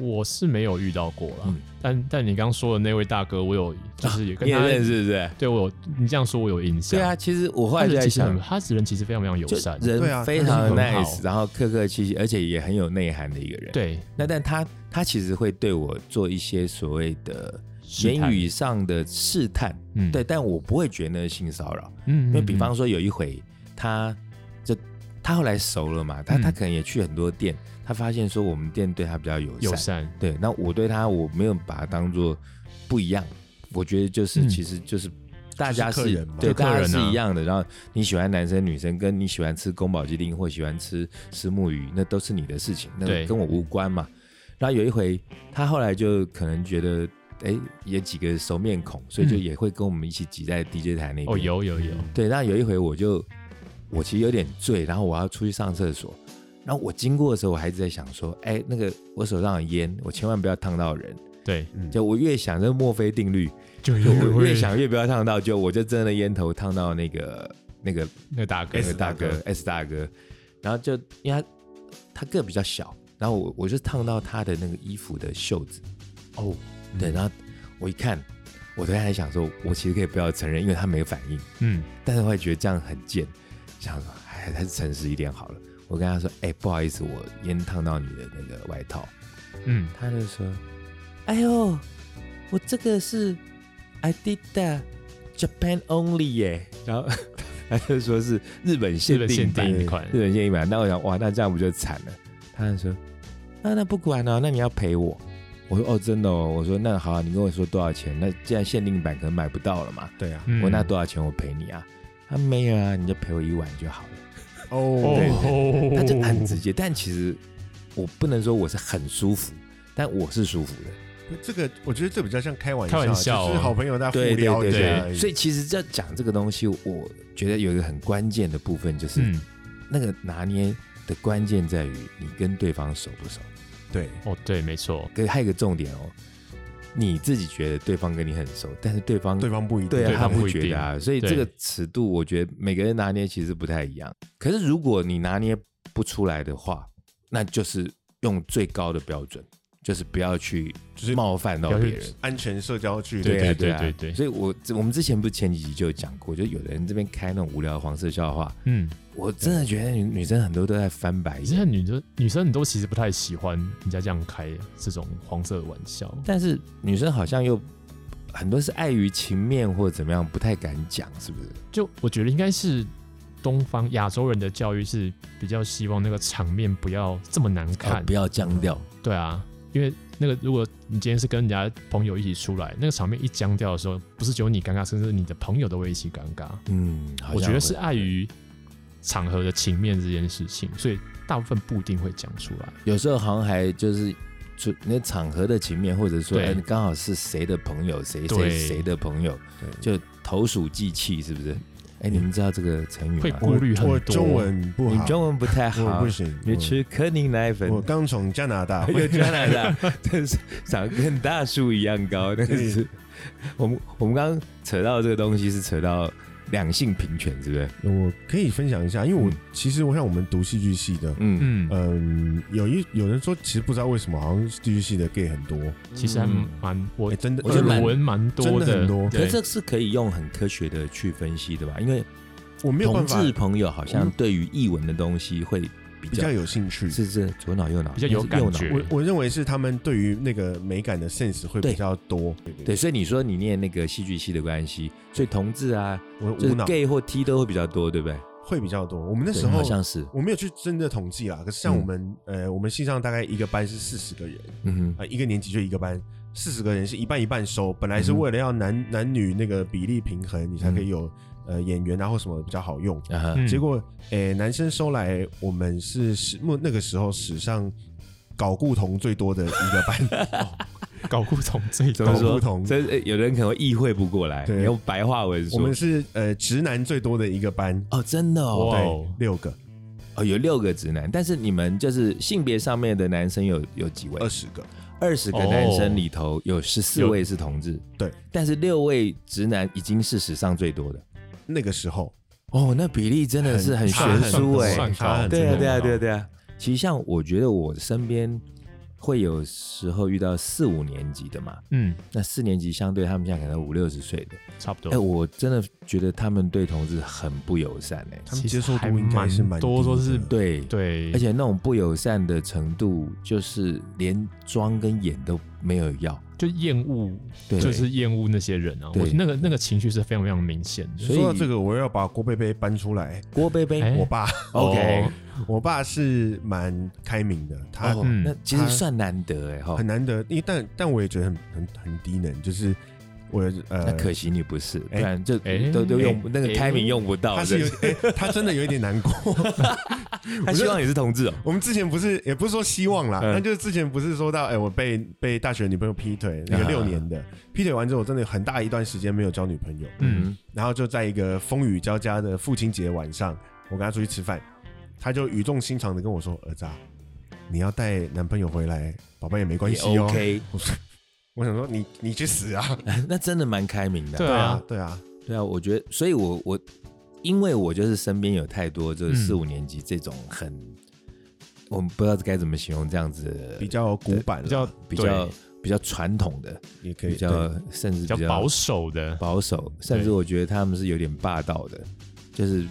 C: 我是没有遇到过啦，
B: 嗯
C: 但但你刚说的那位大哥，我有就是也跟
B: 你也
C: 他，
B: 认识是不是？
C: 对我有你这样说，我有印象。
B: 对啊，其实我后
C: 他
B: 来就
C: 人
B: 在
C: 其实
B: 想
C: 很，，他人其实非常非常友
B: 就
C: 善，
A: 对啊
B: 人非常
C: 他人很
B: nice，
C: 好
B: 然后客客气气，而且也很有内涵的一个人。，
C: 对，
B: 那但他他其实会对我做一些所谓的
C: 试
B: 言
C: 探
B: 语，上的试探，
C: 嗯，
B: 对，，但我不会觉得那是性骚扰。
C: 嗯，
B: 因为
C: 嗯
B: 比方，说有一回，他就他后来熟了嘛，他
C: 嗯
B: 他可能也去很多店，他发现说我们店对他比较友善，
C: 友善，
B: 对，那我对他我没有把他当做不一样，我觉得就是、
C: 嗯
B: 其实就是大家
A: 就是客人嘛
B: 对
C: 就客
B: 大家
C: 人
B: 是
C: 啊
B: 一样的。然后你喜欢男生女生，跟你喜欢吃宫保鸡丁或喜欢吃石目鱼，那都是你的事情，那
C: 对
B: 跟我无关嘛。然后有一回，他后来就可能觉得，哎，有几个熟面孔，所以就
C: 嗯
B: 也会跟我们一起挤在 DJ 台那边。
C: 哦，有有有，
B: 对，那有一回我就我其实有点醉，然后我要出去上厕所，然后我经过的时候，我还一直在想说，哎，那个我手上有烟，我千万不要烫到人。
C: 对，
A: 嗯
B: 就我越想这墨菲定律，
C: 就
B: 就我越想越不要烫到，就我就真的烟头烫到那个那个
C: 那个大哥
B: 那个大
A: 大
B: 哥 S 大哥，然后就因为他他个比较小，然后我我就烫到他的那个衣服的袖子，哦，对，然后我一看，我突然还想说，我其实可以不要承认，因为他没有反应。
C: 嗯，
B: 但是我也觉得这样很贱，想说哎，还是诚实一点好了。我跟他说，哎、不好意思，我烟烫到你的那个外套。
C: 嗯，
B: 他就说，哎呦，我这个是 I did that Japan only 耶。然后 [laughs] 他就说是日本
C: 日
B: 限
C: 本
B: 定
C: 限
B: 版，
C: 定一款，
B: 日本限定版。那我想，哇，那这样不就惨了？他就说，啊那那不管了、那你要赔我。我说哦，真的哦。我说那好啊、你跟我说多少钱？那既然限定版可能买不到了嘛，
A: 对啊，
C: 嗯
B: 我拿多少钱我赔你啊？他没有啊，你就赔我一晚就好了。对
A: 哦，
C: 哦，
B: 他就很直接，但其实我不能说我是很舒服，但我是舒服的。
A: 这个我觉得这比较像开玩
C: 开玩笑哦
A: 就是好朋友大家互
B: 对
A: 聊
B: 对
A: 一下
B: 对
A: 而已，
B: 所以其实要讲这个东西，我觉得有一个很关键的部分，就是
C: 嗯，
B: 那个拿捏的关键在于你跟对方熟不熟。
A: 对
C: 哦，对，没错，
B: 可是还有一个重点哦，你自己觉得对方跟你很熟，但是对方
A: 对方不一定，
B: 对啊，
C: 对
B: 他
C: 方
B: 不
C: 不一
B: 觉得啊，所以
C: 对
B: 这个尺度，我觉得每个人拿捏其实不太一样。可是如果你拿捏不出来的话，那就是用最高的标准，就是不要去
A: 就是
B: 冒犯到
C: 不要
B: 别
C: 去
B: 人。
A: 安全社交距离，
C: 对
B: 啊，
C: 对
B: 啊
C: 对对
B: 所以我我们之前不是前几集就有讲过，就有的人这边开那种无聊的黄色笑话，
C: 嗯，
B: 我真的觉得女女生很多都在翻白
C: 现在
B: 眼。
C: 女生女生很多其实不太喜欢人家这样开这种黄色的玩笑，
B: [laughs] 但是女生好像又很多是碍于情面或者怎么样，不太敢讲，是不是？
C: 就我觉得应该是东方亚洲人的教育是比较希望那个场面不要这么难
B: 哦
C: 看，
B: 不要僵掉。
C: 对啊，因为那个如果你今天是跟人家朋友一起出来，那个场面一僵掉的时候，不是只有你尴尬，甚至你的朋友都会一起尴尬。
B: 嗯，好像
C: 我觉得是
B: 会
C: 碍于场合的情面这件事情，所以大部分不一定会讲出来。
B: 有时候好像还就是就那场合的情面，或者说
C: 对
B: 哎你刚好是谁的朋友，谁谁
C: 对
B: 谁的朋友，就投鼠忌器，是不是？哎，你们知道这个成语
C: 会
B: 吗？
C: 顾虑很
A: 我
C: 多。
A: 中文不
B: 你
A: 好，
B: 中文不太
A: 我
B: 啊好
A: 不，行，
B: 你吃柯宁奶粉 [laughs]
A: 我，我刚从加拿大
B: 有加拿大，真是长得跟大树一样高，但是我们我们刚刚扯到这个东西是扯到两性平权，是不是？
A: 我可以分享一下，因为我
B: 嗯
A: 其实我像我们读戏剧系的，
B: 嗯，
C: 嗯，
A: 嗯，有一有人说，其实不知道为什么，好像戏剧系的 gay 很多，
C: 其实还
B: 嗯
C: 蛮我
A: 哎，真的，
B: 我觉得蛮
C: 耳闻蛮多
A: 真的很多
B: 可是
C: 对
B: 这是可以用很科学的去分析的吧？因为
A: 我没有
B: 同
A: 办法
B: 志朋友好
A: 我
B: 像
A: 们
B: 对于译文的东西会比
A: 比
B: 较
A: 较有兴趣。
B: 是是左脑右脑
C: 比较有
B: 应该是右脑
C: 感觉
A: 我我认为是他们对于那个美感的 sense 会比
B: 对
A: 较多。
B: 对，所以你说你念那个戏剧系的关系，所以同志啊，
A: 我无
B: 就是
A: 脑
B: gay 或 T 都会比较多，对不对？
A: 会比较多。我们那
B: 那
A: 时候
B: 好像是，
A: 我没有去真的统计啦，可是像
B: 嗯
A: 我们、呃，我们系上大概一个班是四十个人，
B: 嗯哼，
A: 呃，一个年级就一个班，四十个人是一半一半收。本来是
B: 嗯哼
A: 为了要男、男女那个比例平衡，你才可以有、呃演员啊或什么比较好用。
B: 啊哈，
C: 嗯
A: 结果，诶、男生收来，我们是史目那个时候史上搞固同最多的一个班，
C: 搞不懂这一
B: 怎
C: 段
B: 么
A: 搞
B: 说
A: 不同？
B: 这呃有人可能会意会不过来，
A: 对
B: 你用白话文
A: [laughs] 我
B: 说
A: 们。是呃直男最多的一个班，
B: 哦，真的哦，
C: 哇
A: 对
C: 哦，
A: 六个，
B: 哦，有六个直男，但是你们就是性别上面的男生有有几位
A: 二？十个，
B: 二十个男生里头有十四
C: 有
B: 位是同志，
A: 对，
B: 但是六位直男已经是史上最多的。
A: 那个时候
B: 哦，那比例真的是很
A: 差
B: 悬
A: 很欸
B: 殊
A: 多
B: 哎、
C: 算
A: 差
C: 高
A: 很，
B: 对啊，
A: 多
B: 对啊，对啊，对啊。其实像我觉得我身边会有时候遇到四五年级的嘛，
C: 嗯，
B: 那四年级相对他们现在可能五六十岁的，
C: 差不
B: 哎，
C: 多。
B: 我真的觉得他们对同志很不友善哎、
A: 他们
C: 其
A: 接
C: 实
A: 受度
C: 还
A: 应该是蛮
C: 蛮多
A: 低
C: 都
A: 的
C: 是
B: 对，
C: 对，
B: 而且那种不友善的程度，就是连妆跟眼都没有要，
C: 就厌恶，
B: 对，
C: 就是厌恶那些人啊。
B: 对
C: 我那个那个情绪是非常非常明显的。
B: 所以
A: 说到这个，我要把郭贝贝搬出来。
B: 郭贝贝、
C: 哎
A: 我爸，
B: ，OK，
C: 哦
A: 我爸是蛮开明的，他
B: 哦
C: 嗯
B: 那其实
A: 他
B: 算难得哎哈
A: 很，难得，因为但但我也觉得很很很低能，就是我
B: 那
A: 呃，
B: 可惜你不是，不
A: 哎
B: 然就
C: 哎
B: 都都用
C: 哎
B: 那个
C: 哎
B: timing 用不到。
A: 他是有
B: 对
A: 哎他真的有一点难过。 [laughs]
B: 他希望你是同志哦。
A: 我们之前不是也不是说希望啦，
B: 嗯
A: 但就是之前不是说到，哎、我被被大学女朋友劈腿，那个
B: 啊
A: 六年的、劈腿完之后，我真的有很大一段时间没有交女朋友，
B: 嗯，
A: 然后就在一个风雨交加的父亲节晚上，我跟他出去吃饭，他就语重心长的跟我说：“儿子、啊，你要带男朋友回来，宝贝也没关
B: 也
A: 系哦。
B: OK，
A: 我想说你你去死啊！
B: 那真的蛮开明的。
C: 对啊，
A: 对啊，
B: 对啊，我觉得，所以我我因为我就是身边有太多就是
C: 嗯
B: 四五年级这种很，我们不知道该怎么形容这样子的
A: 比较古板啦，
C: 比较
B: 比较
C: 对
B: 比较传统的，
A: 也可以
B: 比较
A: 对
B: 甚至
C: 比较保守的，
B: 保守，甚至
C: 对
B: 我觉得他们是有点霸道的，就是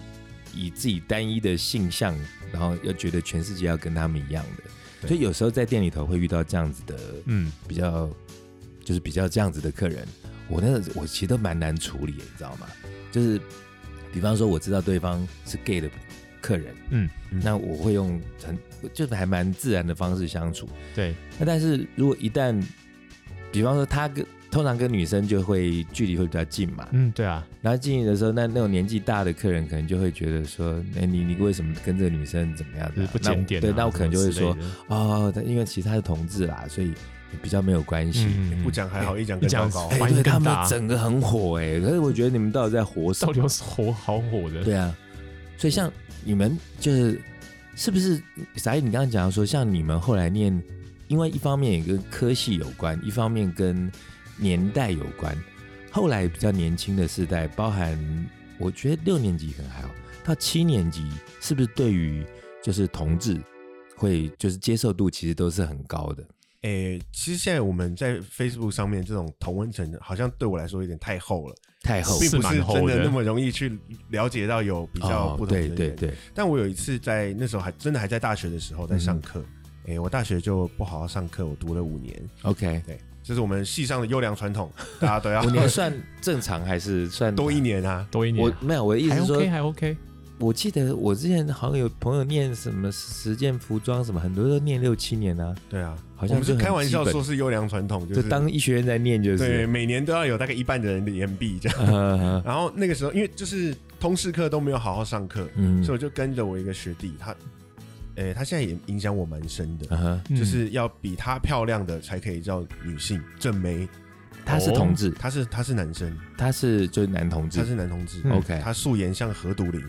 B: 以自己单一的性向，然后要觉得全世界要跟他们一样的，
A: 对
B: 所以有时候在店里头会遇到这样子的
C: 嗯，
B: 比较，就是比较这样子的客人，我那个我其实都蛮难处理的，你知道吗？就是比方说我知道对方是 gay 的客人，
C: 嗯
A: 嗯
B: 那我会用很就是还蛮自然的方式相处。
C: 对，
B: 那但是如果一旦，比方说他跟通常跟女生就会距离会比较近嘛，
C: 嗯，对啊，
B: 然后进去的时候，那那种年纪大的客人可能就会觉得说，哎、你你为什么跟这个女生怎么样、啊？
C: 就是不
B: 那我
C: 检点、啊，
B: 对，那我可能就会说
C: 什，么之类的，
B: 哦，他因为其实他是同志啦，所以比较没有关系。
C: 嗯，
A: 不讲还好，一讲更
C: 一讲
A: 糟糕
B: 哎。
C: 反应
B: 对
C: 更
B: 他们
C: 大
B: 整个很火哎、可是我觉得你们到底在火什
C: 到
B: 么
C: 底？有火好火的，
B: 对啊，所以像你们就是是不是？傻燕，你刚刚讲到说，像你们后来念，因为一方面也跟科系有关，一方面跟年代有关。后来比较年轻的世代，包含我觉得六年级可能还好，到七年级是不是对于就是同志会就是接受度其实都是很高的？
A: 诶、哎其实现在我们在 Facebook 上面这种同温层，好像对我来说有点太厚了，
B: 太后
A: 并不
C: 是
A: 是
C: 蛮厚
A: 真
C: 的
A: 的那么容易去了解到有比较不同的
B: 哦对
A: 人、
B: 对对，
A: 但我有一次在那时候还真的还在大学的时候在上
B: 嗯
A: 课，诶、我大学就不好好上课，我读了五年，
B: ，OK，
A: 对，这是我们系上的优良传统， [laughs] 大家都要
B: 五年算正常还是算
A: 多一？年啊。
C: 多一
B: 我
C: 年
B: 没有，我的意思
C: 还
B: 是说
C: OK，还 OK，
B: 我记得我之前好像有朋友念什么实践服装什么，很多都念六七年啊，
A: 对啊，
B: 好
A: 我
B: 像
A: 们是
B: 很
A: 开玩笑
B: 基本
A: 说，是优良传统，就
B: 就是当医学院在念就
A: 对
B: [laughs] 是。
A: 每年都要有大概一半的人的延毕这样。
B: 呃
A: 然后那个时候，因为就是通识课都没有好好上课，
B: 嗯
A: [laughs] 所以我就跟着我一个学弟，他，诶、他现在也影响我蛮深的，
B: 啊哈
C: 嗯
A: 就是要比她漂亮的才可以叫女性正妹，
B: 他是同志，
A: 他是他是男生，
B: 他是就是男同
A: 哦他
B: 志。
A: 是男同志
C: 嗯
B: OK，
A: 他素颜像何笃林，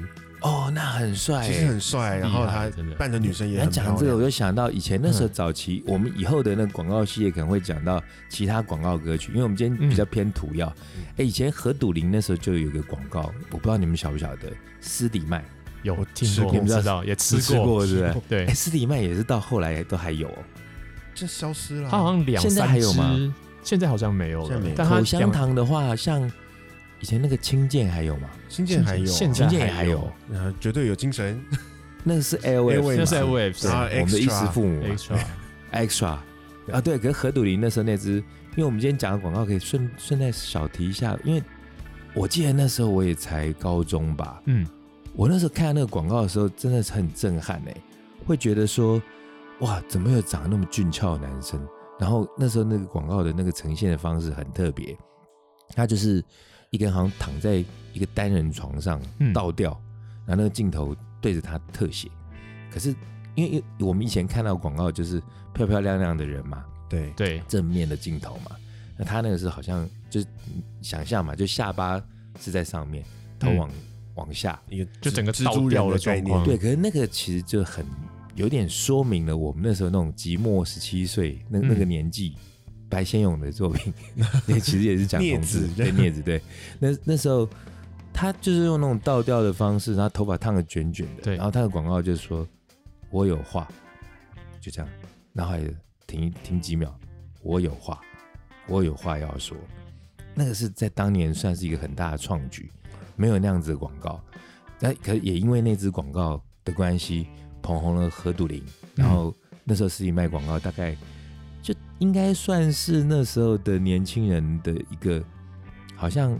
B: 哦，那很帅
A: 其实
B: 欸。
A: 很帅，
C: 哎厉
A: 然
C: 害
A: 后他
C: 真的
A: 扮的女生也
B: 那
A: 很漂
B: 讲这个，我
A: 亮。嗯
B: 就想到以前那时候早期，我们以后的那个广告系列可能会讲到其他广告歌曲，因为我们今天比较
A: 嗯
B: 偏土药。哎，以前何笃林那时候就有一个广告，我不知道你们晓不晓得，斯底麦，
C: 有听
A: 吃
C: 过，
A: 过
C: 我知道，也吃
B: 你吃过是不是？[laughs]
C: 对
B: 哎，，斯底麦也是到后来都还有哦。
A: 这消失了，
C: 它好像两
B: 现在
C: 三
B: 还有
C: 只
B: 吗，
C: 现在好像没有
A: 现在
C: 了
A: 没有，
C: 但它
B: 口
C: 两
B: 香糖的话，像以前那个青剑还有吗？
A: 新建还有啊，
C: 现在
B: 青剑也还有
C: 嗯还有，
A: 呃绝对有精
C: [laughs]
A: 神，
B: 那个是
A: Airwave
B: Airwave，
C: 那是
A: 嘛
C: Waves
B: 对
A: 然后
B: 我们的衣食
A: Extra
B: 父母嘛
C: Extra，
B: Extra
A: 对
B: 啊，对，可是何笃林那时候那只，因为我们今天讲的广告可以顺顺带小提一下，因为我记得那时候我也才高中吧，
C: 嗯，
B: 我那时候看到那个广告的时候真的是很震撼哎、会觉得说哇，怎么有长得那么俊俏的男生？然后那时候那个广告的那个呈现的方式很特别，他就是一个人好像躺在一个单人床上
C: 嗯
B: 倒吊，然后那个镜头对着他特写。可是因为因为我们以前看到广告就是漂漂亮亮的人嘛，
A: 对，
C: 对，
B: 正面的镜头嘛，那他那个是好像就是想象嘛，就下巴是在上面，头往、往下，
A: 一个
C: 就整个
A: 蜘
C: 倒
A: 蛛
C: 掉
A: 人的
C: 的
A: 概
C: 状
A: 念
C: 况，
B: 对，可是那个其实就很有点说明了我们那时候那种寂寞十七岁那那个
C: 嗯
B: 年纪，白先勇的作
C: [laughs]
B: 品， [laughs] 那其实也是讲
A: 镊
B: 同志
A: 子
B: 对镊子对，那那时候他就是用那种倒吊的方式，然后头发烫的卷卷的，
C: 对
B: 然后他的广告就是说我有话，就这样，然后还停停几秒，我有话，我有话要说，那个是在当年算是一个很大的创举，没有那样子的广告，那可也因为那支广告的关系，捧红了何笃林，然后那时候实体卖广告大概就应该算是那时候的年轻人的一个好像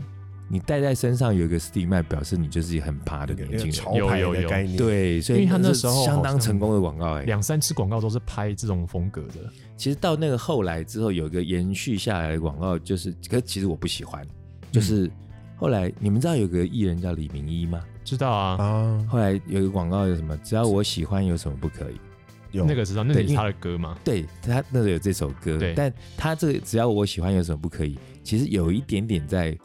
B: 你带在身上有一个 stigma，表示你就是很爬的
A: 有点
B: 年轻
A: 潮
B: 人。
A: 牌
C: 有有
A: 的
C: 有
A: 概念，，
B: 对，所以
C: 因为他那
B: 是
C: 时候
B: 相当
C: 好像
B: 成功的广告哎、
C: 两三支广告都是拍这种风格的，
B: 其实到那个后来之后，有一个延续下来的广告，就是，可是其实我不喜
C: 嗯
B: 欢，就是后来你们知道有个艺人叫李明一吗？
C: 知道啊？
A: 啊，
B: 后来有一个广告有什么？只要我喜欢，有什么不可以？
A: 有
C: 那个知道，那
B: 对
C: 也
B: 因
C: 是
B: 为
C: 他的歌嘛？
B: 对他那时候有这首歌
C: 对，
B: 但他这个只要我喜欢，有什么不可以？其实有一点点在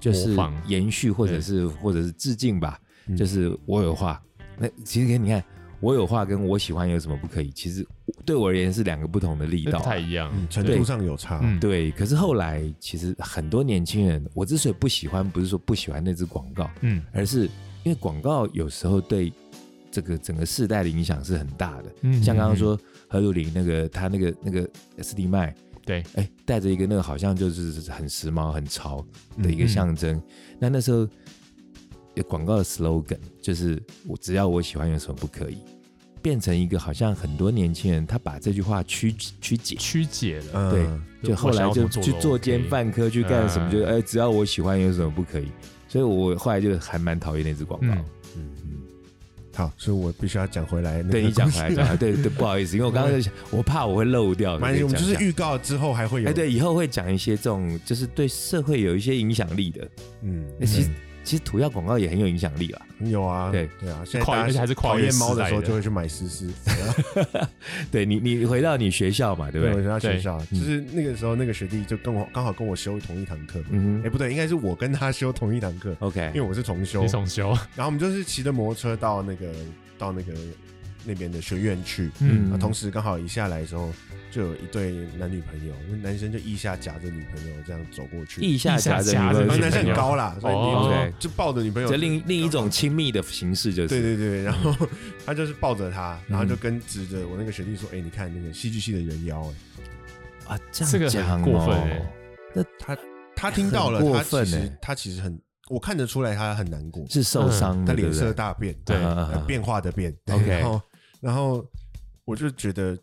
B: 就是
C: 模仿
B: 延续，或者
C: 对
B: 是或者是致敬吧。
A: 嗯
B: 就是我有话，那其实你看，我有话跟我喜欢有什么不可以？其实对我而言是两个不同的力
C: 那
B: 道
C: 不
B: 啊、
C: 太一样
A: 嗯，程
C: 对
A: 度上有差，
C: 嗯
B: 对，可是后来其实很多年轻人，我之所以不喜欢，不是说不喜欢那支广告，
C: 嗯
B: 而是因为广告有时候对这个整个世代的影响是很大的。
C: 嗯
B: 像刚刚说何鲁林那个他那个那个 S D 麦，
C: 对，
B: 哎，带着一个那个好像就是很时髦很潮的一
C: 嗯
B: 个
C: 嗯
B: 象征。那那时候有广告的 slogan 就是我只要我喜欢有什么不可以，变成一个好像很多年轻人他把这句话曲曲解。
C: 曲解了，
A: 嗯
B: 对就
C: 我
B: 后
C: 想
B: 来
C: 要
B: 就
C: 怎么
B: 去
C: 都
B: 作
C: OK
B: 奸，犯科去干什么，
C: 嗯
B: 就哎，只要我喜欢有什么不可以，所以我后来就还蛮讨厌那支广告。
C: 嗯
A: 嗯，好，所以我必须要讲回来那个故事，
B: 对你讲回来
C: [laughs]
B: 讲回来，对对，不好意思，因为我刚刚在想，我怕我会漏掉的。
A: 蛮，
B: 可以
A: 我们
B: 讲
A: 就是
B: 一下
A: 预告之后还
C: 啊
A: 会有，
B: 哎，对，以后会讲一些这种就是对社会有一些影响力的。
A: 嗯，
B: 那其实
A: 嗯
B: 其实涂药广告也很有影响力啦。
A: 有啊，
B: 对
A: 对啊，现在
C: 跨
A: 大
C: 而且
A: 家
C: 还是跨
A: 讨
C: 越
A: 厌猫
C: 时
A: 的
C: 代
A: 时候
C: 的
A: 就会去买思
B: [laughs]
A: 思，
B: 对你，你回到你学校嘛，对不
A: 对，[laughs]
B: 对
A: 我？要学
C: 对
A: 校，就是那个时候那个学弟就跟我刚好跟我修同一堂课，
B: 嗯哎
A: 哎，不对，应该是我跟他修同一堂课，
B: 哼，OK，
A: 因为我是重修
C: 你，重修，
A: 然后我们就是骑着摩托车到那个到那个那边的学院去，
B: 嗯
C: [laughs]
A: 啊，同时刚好一下来的时候，就有一对男女朋友，那男生就腋下夹着女朋友这样走过去，
B: 腋下夹着女
C: 腋下夹着
A: 然后
B: 朋
C: 女
B: 友
A: 男生很高啦，所以你
C: 哦
B: 对
A: 就抱着女朋友
B: 这，另另一种嗯亲密的形式就是，
A: 对对对，然后 [laughs] 他就是抱着她，然后
B: 嗯
A: 就跟指着我那个学弟说：“哎，你看那个戏剧系的人妖。”哎，
B: 啊，这
C: 这个
B: 样
C: 很
B: 讲
C: 过
B: 哦
C: 分欸
A: 他听到了，
B: 很过
A: 他其
B: 分
A: 实
B: 欸
A: 他其实很，我看得出来他很难过，
B: 是
C: 嗯
B: 受伤
A: 他
B: 的，对
A: 脸
B: 不
A: 色
B: 对？
A: 大变，
C: 对
B: 啊啊
A: 呃
B: 啊
A: 变化的变。对
B: OK
A: 然后然后我就觉得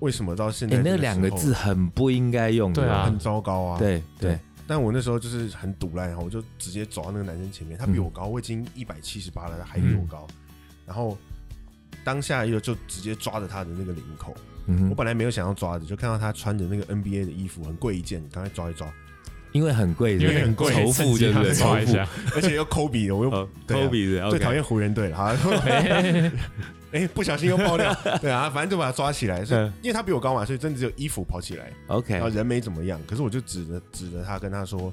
A: 为什么到现在
B: 哎，
A: 这
B: 那
A: 时
B: 两个
A: 候
B: 字很不应该用的，
C: 对啊
A: 很糟糕啊，
B: 对对，
A: 但我那时候就是很堵烂，然后我就直接走到那个男生前面，他比我高，我已
B: 嗯
A: 经一百七十八了，他还比我高。然后当下又就直接抓着他的那个领口，
B: 嗯
A: 我
B: 哼，
A: 本来没有想要抓的，就看到他穿着那个 NBA 的衣服，很贵一件，赶快抓一抓，
B: 因为很贵，
C: 因为
B: 对
C: 很
B: 不
C: 贵
B: 对，仇
C: 趁
B: 富
C: 机
B: 对不
C: 让
B: 对？
C: 他
B: 仇
C: 抓一
B: 富
C: 下，
A: 而且又抠鼻的，我又
B: 嗯哦，
A: 对啊
B: 抠鼻子，
A: 最讨厌湖人队了，
B: [laughs]
A: 好，哎，不小心又爆料，对啊，反正就把他抓起来，所以
B: 嗯
A: 因为他比我高嘛，所以真的只有衣服跑起来，然后
B: OK，
A: 人没怎么样，可是我就指着指着他跟他说，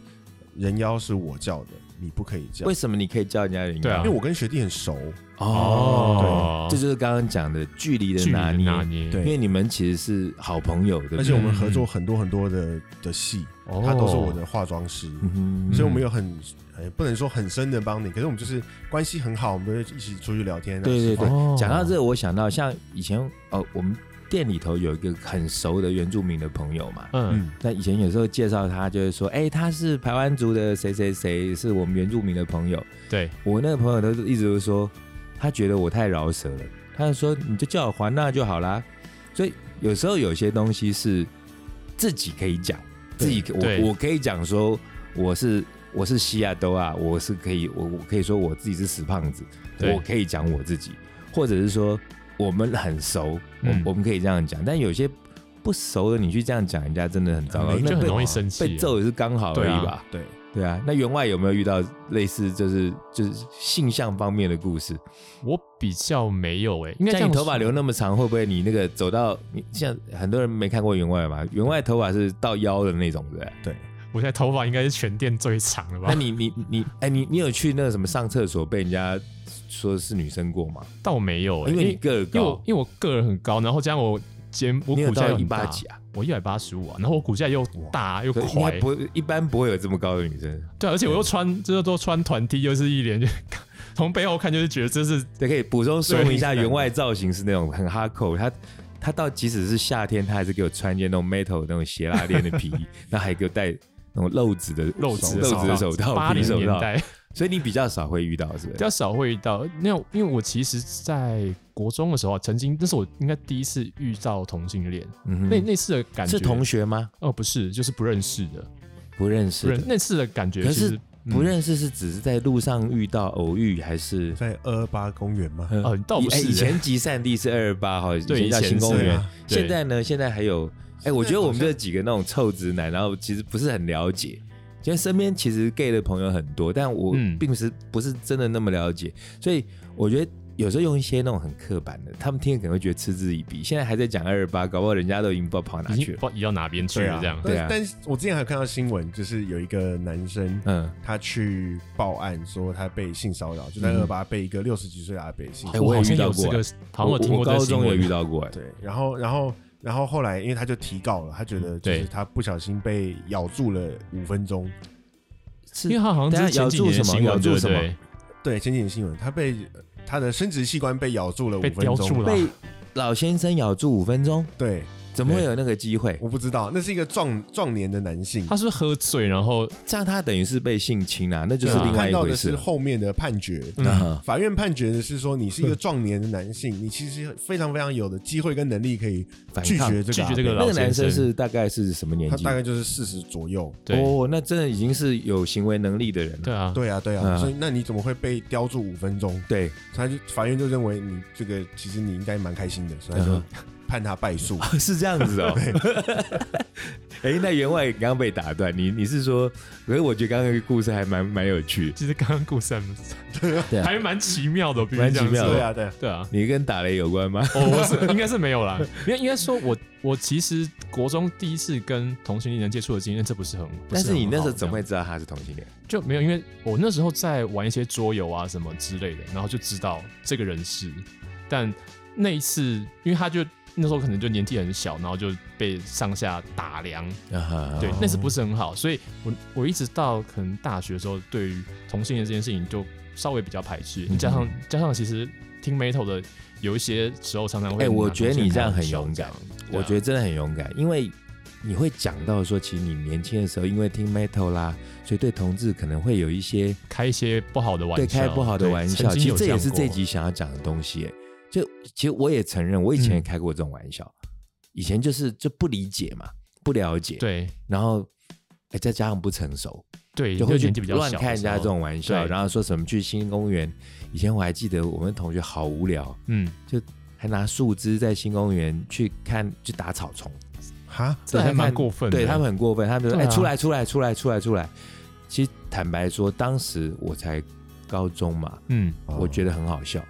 A: 人妖是我叫的，你不可以叫
B: 为，什么你可以叫人家人妖？
C: 对啊
A: 因为我跟学弟很熟，
B: 哦，这就是刚刚讲的距离的
C: 距离
B: 拿
C: 的
B: 捏，
C: 拿捏，
A: 对
B: 因为你们其实是好朋友，对不嗯
A: 而
B: 对
A: 且？我们合作很多很多的的戏，
C: 哦
A: 他都是我的化妆师，
B: 嗯哼
A: 所以我们有很呃不能说很深的帮你，可是我们就是关系很好，我们都会一起出去聊天啊。
B: 对对对
C: 哦，
B: 讲到这，我想到像以前哦，我们店里头有一个很熟的原住民的朋友嘛，
C: 嗯，
A: 嗯，
B: 那以前有时候介绍他，就是说，哎，他是台湾族的谁谁谁，是我们原住民的朋友。
C: 对，
B: 我那个朋友都一直都说，他觉得我太饶舌了，他就说你就叫我华纳就好啦。所以有时候有些东西是自己可以讲，自己
C: 对
B: 我我可以讲说我是我是西亚都啊，我是可以我我可以说我自己是死胖子，
C: 对
B: 我可以讲我自己，或者是说我们很熟，我、
C: 嗯
B: 我们可以这样讲，但有些不熟的你去这样讲人家真的很糟糕，
A: 没
B: 那
C: 就
B: 被
C: 很容易生气
B: 被
C: 啊，
B: 揍也是刚好而
C: 对啊
B: 已吧。
A: 对，
B: 对啊，那员外有没有遇到类似就是就是性向方面的故事？
C: 我比较没有哎，应该这
B: 像
C: 样
B: 你头发
C: 说
B: 留那么长，会不会你那个走到你像很多人没看过员外嘛？员外头发是到腰的那种，对不对？
C: 我现在头发应该是全店最长的吧
B: 那？你你你哎，你你有去那个什么上厕所被人家说是女生过吗？
C: 但我没有哎，
B: 因为你个儿
C: 因为我
B: 高，
C: 因为我个人很高，然后加上我肩我
B: 你
C: 骨
B: 有
C: 架
B: 到
C: 又
B: 一
C: 很大
B: 八几，啊？
C: 我一百八十五啊，然后我骨架又大又
B: 所以应
C: 宽
B: 该，不会一般不会有这么高的女生，
C: 对啊，而且我又穿就是都穿团 T，又是一脸就 [laughs] 从背后看就是觉得这是
B: 对，可以补充说明一下，员外造型是那种很哈扣，他他到即使是夏天，他还是给我穿一件那种 metal 那种斜拉链的皮衣，那还给我戴那种露指的
C: 肉质
B: 露指的手套，
C: 八
B: 皮
C: 零
B: 手
C: 年
B: 套，
C: 代
B: 所以你比较少会遇到，是不
C: 比
B: 是？
C: 较少会遇到。那因为我其实，在国中的时候啊，曾经那是我应该第一次遇到同性恋，
B: 嗯哼
C: 那那次的感觉
B: 是同学吗？
C: 哦，不是，就是不认识的，
B: 不认识
C: 不认
B: 的，
C: 那次的感觉
B: 可
C: 其
B: 是
C: 实嗯
B: 不认识是只是在路上遇到偶遇，还是
A: 在二二八公园嘛，
C: 哦倒不
B: 以哎
C: 是
B: 以前集散地是二二八哈，以前
C: 对
B: 叫
C: 以前
B: 新公
A: 是
B: 园
A: 啊，
C: 对
B: 现在呢，现在还有，哎，我觉得我们这几个那种臭直男，然后其实不是很了解。其实身边其实 gay 的朋友很多，但我
C: 嗯
B: 并不是不是真的那么了解，所以我觉得有时候用一些那种很刻板的，他们听了可能会觉得嗤之以鼻。现在还在讲二二八，搞不好人家都已经不知道跑哪
C: 已
B: 去
C: 经
B: 了。
C: 不知道移到哪边去了这样。
B: 对啊
A: 但但是我之前还有看到新闻，就是有一个男生。
B: 嗯，
A: 他去报案说他被性骚扰，就在
B: 嗯
A: 二八被一个六十几岁的阿北性
B: 哎
A: 骚
B: 我
A: 扰。
B: 也
C: 好像
B: 遇到
C: 有
B: 过
C: 这个，好像
B: 我
C: 有听过
B: 我
C: 这个
B: 高
C: 新
B: 中有
C: 闻
B: 遇到过、哎，
A: 对，然后然后然后后来因为他就提告了，他觉
B: 嗯
A: 得就是
C: 对
A: 他不小心被咬住了五分钟。
B: 是
C: 因为他好像
B: 等
C: 这
B: 下
C: 是前几年的新
B: 咬
C: 闻，
B: 住
C: 对不
B: 什么
C: 对？
A: 对，前几天新闻，他被他的生殖器官被咬住了五
C: 被
A: 分
C: 叼住
A: 钟。
C: 了，
B: 被老先生咬住五分钟，
A: 对，
B: 怎么会有那个机会？
A: 我不知道，那是一个壮壮年的男性。
C: 他是不是喝醉，然后
B: 这样他等于是被性侵啊，那就是
C: 对啊
B: 另外
A: 看
B: 一
A: 到
B: 回
A: 的
B: 事
A: 是
B: 了。
A: 后面的判决， [laughs]
B: 嗯
A: 法院判决的是说你是一个壮年的男性，你其实非常非常有的机会跟能力可以
B: 反
A: 拒
B: 抗
A: 绝这个
C: 拒
A: 阿
C: 绝
A: 北
C: 这个
B: 那
C: 老
B: 个男生
C: 生
B: 是大概是什么年
A: 他
B: 纪？
A: 大概就是四十左右。
C: 对
B: 哦，那真的已经是有行为能力的人了。
C: 对啊，
A: 对啊，对啊，
B: 嗯
A: 所以那你怎么会被叼住五分钟？
B: 对，
A: 他就法院就认为你这个其实你应该蛮开心的，所以他就
B: 嗯
A: 判他败
B: [laughs]
A: 诉。
B: [laughs] 是这样子哦。 [laughs] 哎，那员外刚刚被打断，你你是说？可是我觉得刚刚那个故事还蛮蛮有趣，
C: 其实刚刚故事还
B: 对啊
C: 蛮还蛮奇妙的，我必须
B: 蛮
C: 这样
B: 奇妙
C: 说
B: 的
A: 对啊，对啊，
C: 对啊，
B: 你跟打雷有关 [laughs] 吗？
C: 哦，我是 [laughs] 应该是没有啦，因为应该说我我其实国中第一次跟同性恋人接触的经验，这不是很，不
B: 但是
C: 很
B: 你那时候
C: 好
B: 怎么会知道他是同性恋？
C: 这样就没有？因为我那时候在玩一些桌游啊什么之类的，然后就知道这个人是，但那一次因为他就那时候可能就年纪很小，然后就被上下打量，
B: 啊
C: 对，那次不是很好，所以我我一直到可能大学的时候，对于同性恋这件事情就稍微比较排斥，
B: 嗯
C: 加上加上其实听 metal 的有一些时候常常会拿同性
B: 哎
C: 恋
B: 我觉得你
C: 开玩笑，
B: 这样很勇敢
C: 对啊，
B: 我觉得真的很勇敢，因为你会讲到说，其实你年轻的时候因为听 metal 啦，所以对同志可能会有一些
C: 开一些不好的玩笑，
B: 对开不好的
C: 对
B: 玩
C: 曾
B: 笑，
C: 经
B: 其实
C: 有
B: 这也
C: 样
B: 是
C: 过
B: 这集想要讲的东西耶。就其实我也承认，我以
C: 嗯
B: 前也开过这种玩笑，以前就是就不理解嘛，不了解，，
C: 对
B: 然后哎再加上不成熟，
C: 对，
B: 就会
C: 因为
B: 去
C: 年纪比较
B: 乱
C: 小的
B: 开人家
C: 时
B: 这
C: 候，
B: 种玩笑，
C: 对
B: 然后说什么去新公园。以前我还记得我们同学好无聊，
C: 嗯，
B: 还拿树枝在新公园去看去打草丛。
A: 哈，
C: 这还蛮过分的，
B: 对他们很过分，他们说：“
C: 对
B: 哎、
C: 啊
B: 出来，出来，出来，出来，出来。”其实坦白说，当时我才高中嘛，
C: 嗯，
A: 哦
B: 我觉得很好笑。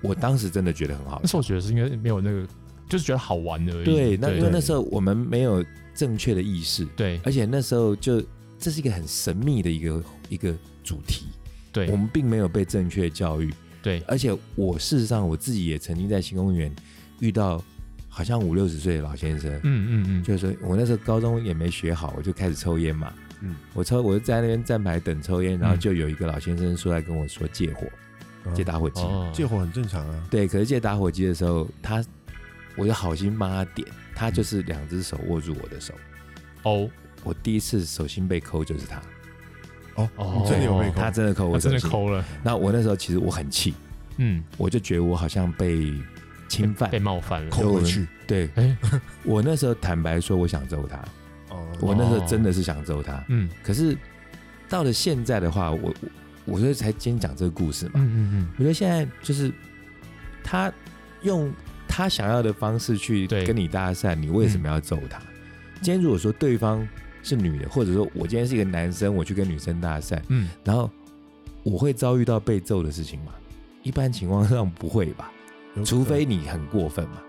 B: 我当时真的觉得很好
C: 那时
B: 笑。
C: 候我觉得是应该没有那个，就是觉得好玩而已，
B: 对，那因为
C: [laughs] 对
B: 那时候我们没有正确的意识，
C: 对
B: 而且那时候就这是一个很神秘的一个一个主题，
C: 对
B: 我们并没有被正确教育。
C: 对
B: 而且我事实上我自己也曾经在新公园遇到好像五六十岁的老先生，
C: 嗯嗯嗯，
B: 就是说我那时候高中也没学好，我就开始抽烟嘛。
A: 嗯
B: 我抽，我就在那边站牌等抽烟，然后
C: 嗯
B: 就有一个老先生出来跟我说借火，
A: 嗯
B: 借打火机。
C: 哦，
A: 借火很正常啊。
B: 对，可是借打火机的时候，他我就好心帮他点，他
C: 嗯
B: 就是两只手握住我的手，
C: 哦
B: 我第一次手心被抠就是他，
A: 哦，
C: 哦
A: 你真的有被
C: 哦
A: 扣
B: 他真的抠
C: 他
B: 我手
C: 真的
B: 心。
C: 抠了，
B: 那我那时候其实我很气，
C: 嗯，
B: 我就觉得我好像被侵犯
C: 被。冒犯了，
A: 扣回去。
B: 对
C: 哎，
B: 我那时候坦白说，我想揍他，
A: 哦，
B: 我那时候真的是想揍他。
C: 嗯
B: 可是到了现在的话，我我我所以才今天讲这个故事嘛。
C: 嗯嗯
B: 我觉得现在就是他用他想要的方式去
C: 对嗯
B: 跟你搭讪，你为什么要揍他？今天如果说对方是女的，或者说我今天是一个男生，我去跟女生搭讪，
C: 嗯
B: 然后我会遭遇到被揍的事情吗？一般情况上不会吧，
A: 有可能
B: 除非你很过分嘛。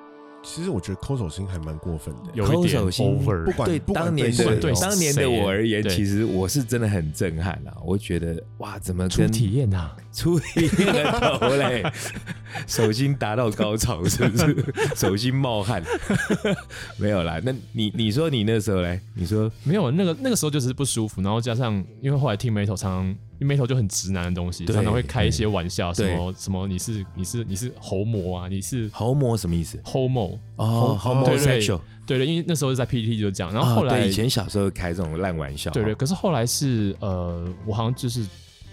A: 其实我觉得抠手心还蛮过分的
C: 嗯，，有一点
B: 抠手心
C: over，
A: 不管
B: 对
A: 不管
B: 当年的
A: 谁
C: 不管对
B: 当年的
C: 谁
B: 我而言，
C: 对
B: 其实我是真的很震撼啊！我觉得哇，怎么
C: 初
B: 跟
C: 体验啊呐，
B: 出一个头嘞，
C: [laughs]
B: 手心达到高潮是不是？
C: [laughs]
B: 手心冒汗，没有啦。那你你说你那时候嘞？你说
C: 没有，那个那个时候就是不舒服，然后加上因为后来听 metal 常常因为 metal 就很直男的东西，
B: 对
C: 常常会开一些玩笑，什
B: 对
C: 么什么你是你是你是猴魔啊，你是
B: 猴魔什么意思？
C: homo，
B: 哦
C: 对对
B: ，homosexual。
C: 对的，因为那时候在 PPT 就这样，然后后
B: 啊
C: 来、
B: 对以前小时候开这种烂玩笑，
C: 对对，可是后来是呃，我好像就是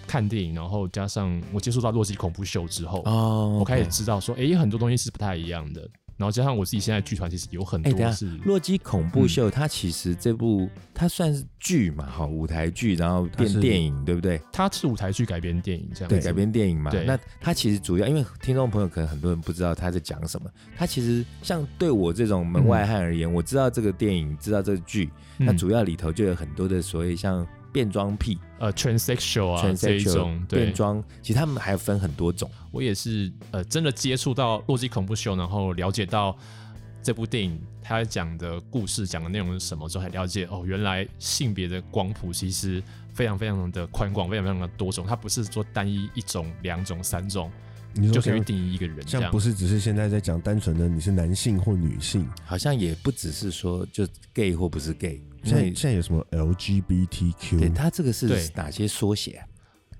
C: 看电影，然后加上我接触到洛基恐怖秀之后，
B: 哦，
C: 我开始
B: OK
C: 知道说，哎、有很多东西是不太一样的，然后加上我自己现在剧团其实有很
B: 哎、等
C: 多
B: 一
C: 是
B: 下，《洛基恐怖
C: 嗯
B: 秀》它其实这部它算是剧嘛，好舞台剧，然后
A: 它是
B: 变电影，对不对？
C: 它是舞台剧改编电影这样
B: 对，
C: 子
B: 改编电影嘛。
C: 对
B: 那它其实主要，因为听众朋友可能很多人不知道他在讲什么。它其实像对我这种门外汉而言，我知道这个电影，知道这个剧，
C: 嗯
B: 那主要里头就有很多的所谓像变装癖、
C: 呃 transsexual 啊这一
B: transsexual
C: 种对
B: 变，装，其实他们还分很多种。
C: 我也是呃真的接触到《洛基恐怖秀》，然后了解到这部电影它讲的故事、讲的内容是什么之后，才了解哦，原来性别的光谱其实非常非常的宽广，非常非常的多种，它不是说单一一种、两种、三种
A: 你嗯
C: 就
A: 说
C: 可以
A: 像
C: 定义一个人这
A: 像
C: 样
A: 不。是只是现在在讲单纯的你是男性或女性，
B: 好像也不只是说就 gay 或不是 gay，
A: 现在
B: 因为
A: 现在有什么
B: 对
A: LGBTQ？
B: 它这个是
C: 嗯对
B: 哪些缩写啊